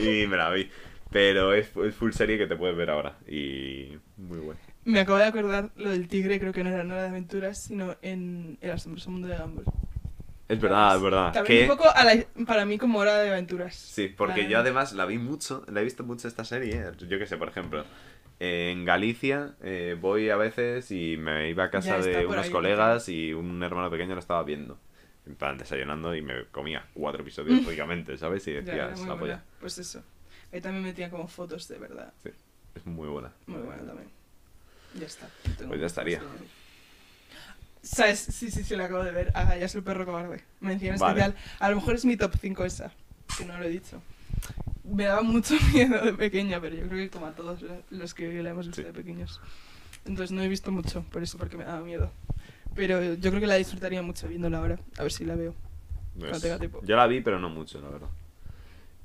y me la vi. Pero es, fu- es full serie que te puedes ver ahora y muy bueno.
Me acabo de acordar lo del tigre, creo que no era en Hora de Aventuras, sino en El asombroso mundo de Gumball.
Es verdad, es verdad.
También
Que,
un poco a la- para mí como Hora de Aventuras.
Ah, sí, porque
Para
yo
mí.
además la vi mucho, la he visto mucho esta serie. eh. Yo qué sé, por ejemplo, eh, en Galicia eh, voy a veces y me iba a casa
Ya está
de
por
unos
ahí,
colegas y un hermano pequeño lo estaba viendo. En plan, desayunando y me comía cuatro episodios, lógicamente, ¿sabes? Y
Mm. Ya,
decía,
era
es
muy
una polla.
buena. Pues eso. Ahí también metía como fotos de verdad.
Es muy buena.
Muy buena también. Ya está. no tengo
Pues ya
más
estaría.
que añadir. ¿Sabes? Sí, sí, sí, la acabo de ver. Agallas el perro cobarde. Mención
Vale.
especial. A lo mejor es mi top 5 esa, que no lo he dicho. Me daba mucho miedo de pequeña, pero yo creo que como a todos la- los que la hemos visto
Sí.
de pequeños. Entonces no he visto mucho, por eso, porque me daba miedo. Pero yo creo que la disfrutaría mucho viéndola ahora. A ver si la veo.
Pues,
Cuando tenga tiempo.
Yo la vi, pero no mucho, la verdad.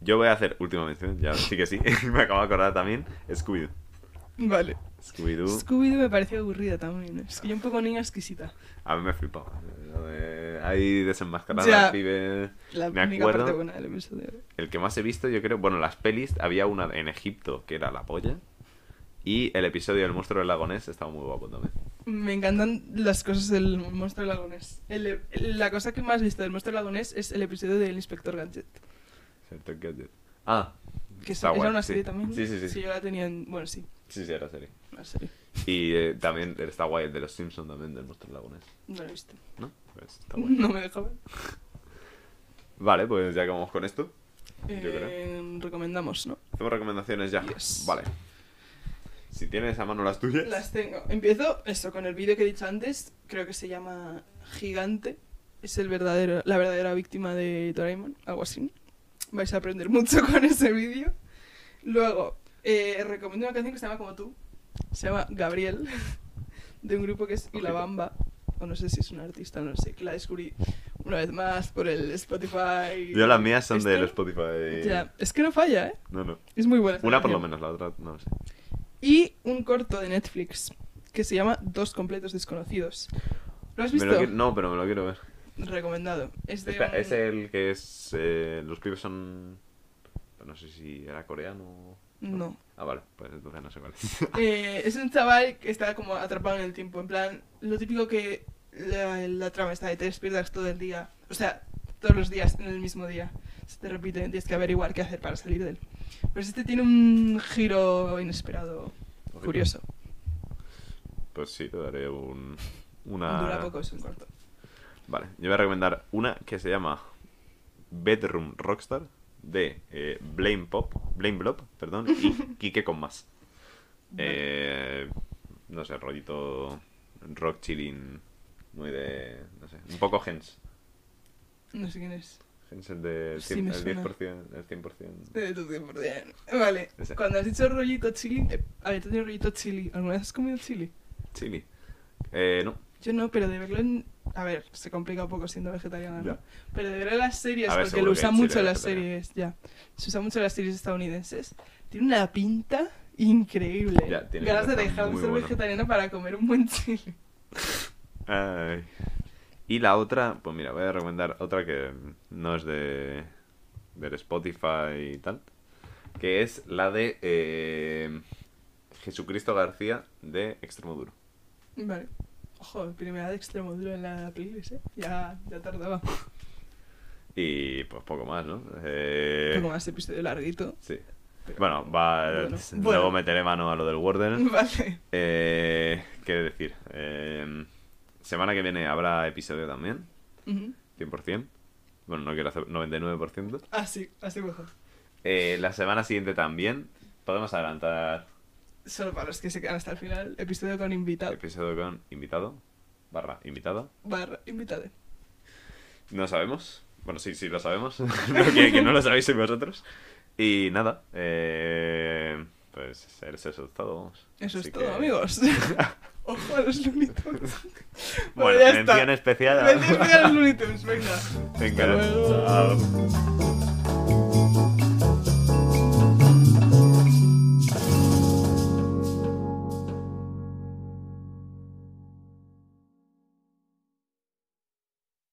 Yo voy a hacer última mención, ya sí que sí, me acabo de acordar también, Scooby-Doo.
Vale.
Scooby-Doo,
Scooby-Doo me pareció aburrida también. ¿eh? Es que yo un poco niña exquisita.
a mí me flipaba. Lo de- Ahí desenmascarado
Ya.
al pibe.
La
Me
única
acuerdo-
parte buena del episodio.
El que más he visto, yo creo, bueno, las pelis, había una en Egipto que era la polla. Y el episodio del monstruo del lago Ness estaba muy guapo también.
Me encantan las cosas del monstruo lagonés. El- e- la cosa que más he visto del monstruo lagonés es el episodio del Inspector Gadget.
Cierto, Gadget. Ah,
Que es-
está
era
guay,
una
sí.
serie también.
Sí, sí, sí.
yo la tenía en. Bueno, sí.
Sí, sí, era serie.
No sé.
Y eh, también está guay el de los Simpsons, también del monstruo lagunes.
No lo he visto.
¿No? Pues está guay.
No me deja ver.
Vale, pues ya acabamos con esto. creo.
Eh, recomendamos, ¿no?
Hacemos recomendaciones ya.
Yes.
Vale. Si tienes a mano las tuyas.
Las tengo. Empiezo eso con el vídeo que he dicho antes. Creo que se llama Gigante. Es el verdadero, la verdadera víctima de Doraemon, algo así. Vais a aprender mucho con ese vídeo. Luego, eh, recomiendo una canción que se llama como tú. Se llama Gabriel, de un grupo que es
Ojito.
Ilabamba. O no sé si es un artista, no sé. Que la descubrí una vez más por el Spotify.
Yo las mías son del
Esto-
Spotify.
Ya, es que no falla, ¿eh?
No, no.
Es muy buena. esa
Una por lo
canción.
menos, la otra no lo sé.
Y un corto de Netflix que se llama Dos completos desconocidos. ¿Lo has
Me lo
visto?
qui- no, pero me lo quiero ver.
Recomendado. Es de
Espera,
un-
es el que es. eh, los clips son. No sé si era coreano.
No.
Ah, vale, pues entonces no sé cuál es.
Eh, es un chaval que está como atrapado en el tiempo. En plan, lo típico que la, la trama está de te despiertas todo el día. O sea, todos los días en el mismo día. Se te repite, tienes que averiguar qué hacer para salir de él. Pero este tiene un giro inesperado, curioso.
Pues sí, te daré un. Una.
Dura poco, es un corto.
Vale, yo voy a recomendar una que se llama Bedroom Rockstar de eh, Blame Pop, Blame Blob, perdón, y Kike con más. Eh, no sé, rollito rock chilling, muy de, no sé, un poco Gens.
No sé quién es.
Gens el de
Sí,
cien-
me
el
suena.
10%, el 100%.
De tu 100%. Vale,
Ese.
cuando has dicho rollito chili, eh, a ver, tú tienes rollito chili. ¿Alguna vez has comido chili?
Chili. Eh, no,
Yo no, pero de verlo en. A ver, se complica un poco siendo vegetariana, ¿no?
Ya.
Pero de verlo en las series,
A ver,
porque
seguro
lo
que
usan
en Chile
mucho
hay
las
vegetarianos.
series, ya. Se usa mucho en las series estadounidenses. Tiene una pinta increíble.
Ya, tiene
Ganas
pinta
de dejar de
muy
ser
bueno.
vegetariana para comer un buen chili.
Ay. Y la otra, pues mira, voy a recomendar otra que no es de del Spotify y tal, que es la de eh, Jesucristo García de Extremo Duro.
Vale. Ojo, primera de extremo duro en la playlist, ¿eh? Ya, ya tardaba.
Y pues poco más, ¿no? Eh,
Tengo más episodio larguito.
Sí. Bueno, va,
Bueno.
luego
Bueno.
meteré mano a lo del Warden.
Vale.
Eh, ¿Qué decir? Eh, semana que viene habrá episodio también,
Ujú.
100%. Bueno, no quiero hacer 99%.
Así, Ah, así mejor.
Eh, la semana siguiente también podemos adelantar
Solo para los que se quedan hasta el final, episodio con invitado.
episodio con invitado, barra invitada.
Barra, invitade.
No sabemos. Bueno, sí, sí lo sabemos. No, que, que no lo sabéis sois vosotros. Y nada, eh, pues eso es todo. vamos.
Eso
Así
es todo,
que-
amigos. Ojo a los Looney Tunes.
Bueno,
Pues ya
mención
está.
especial.
Mención especial a los Looney Tunes, venga.
Venga,
Hasta luego.
chao.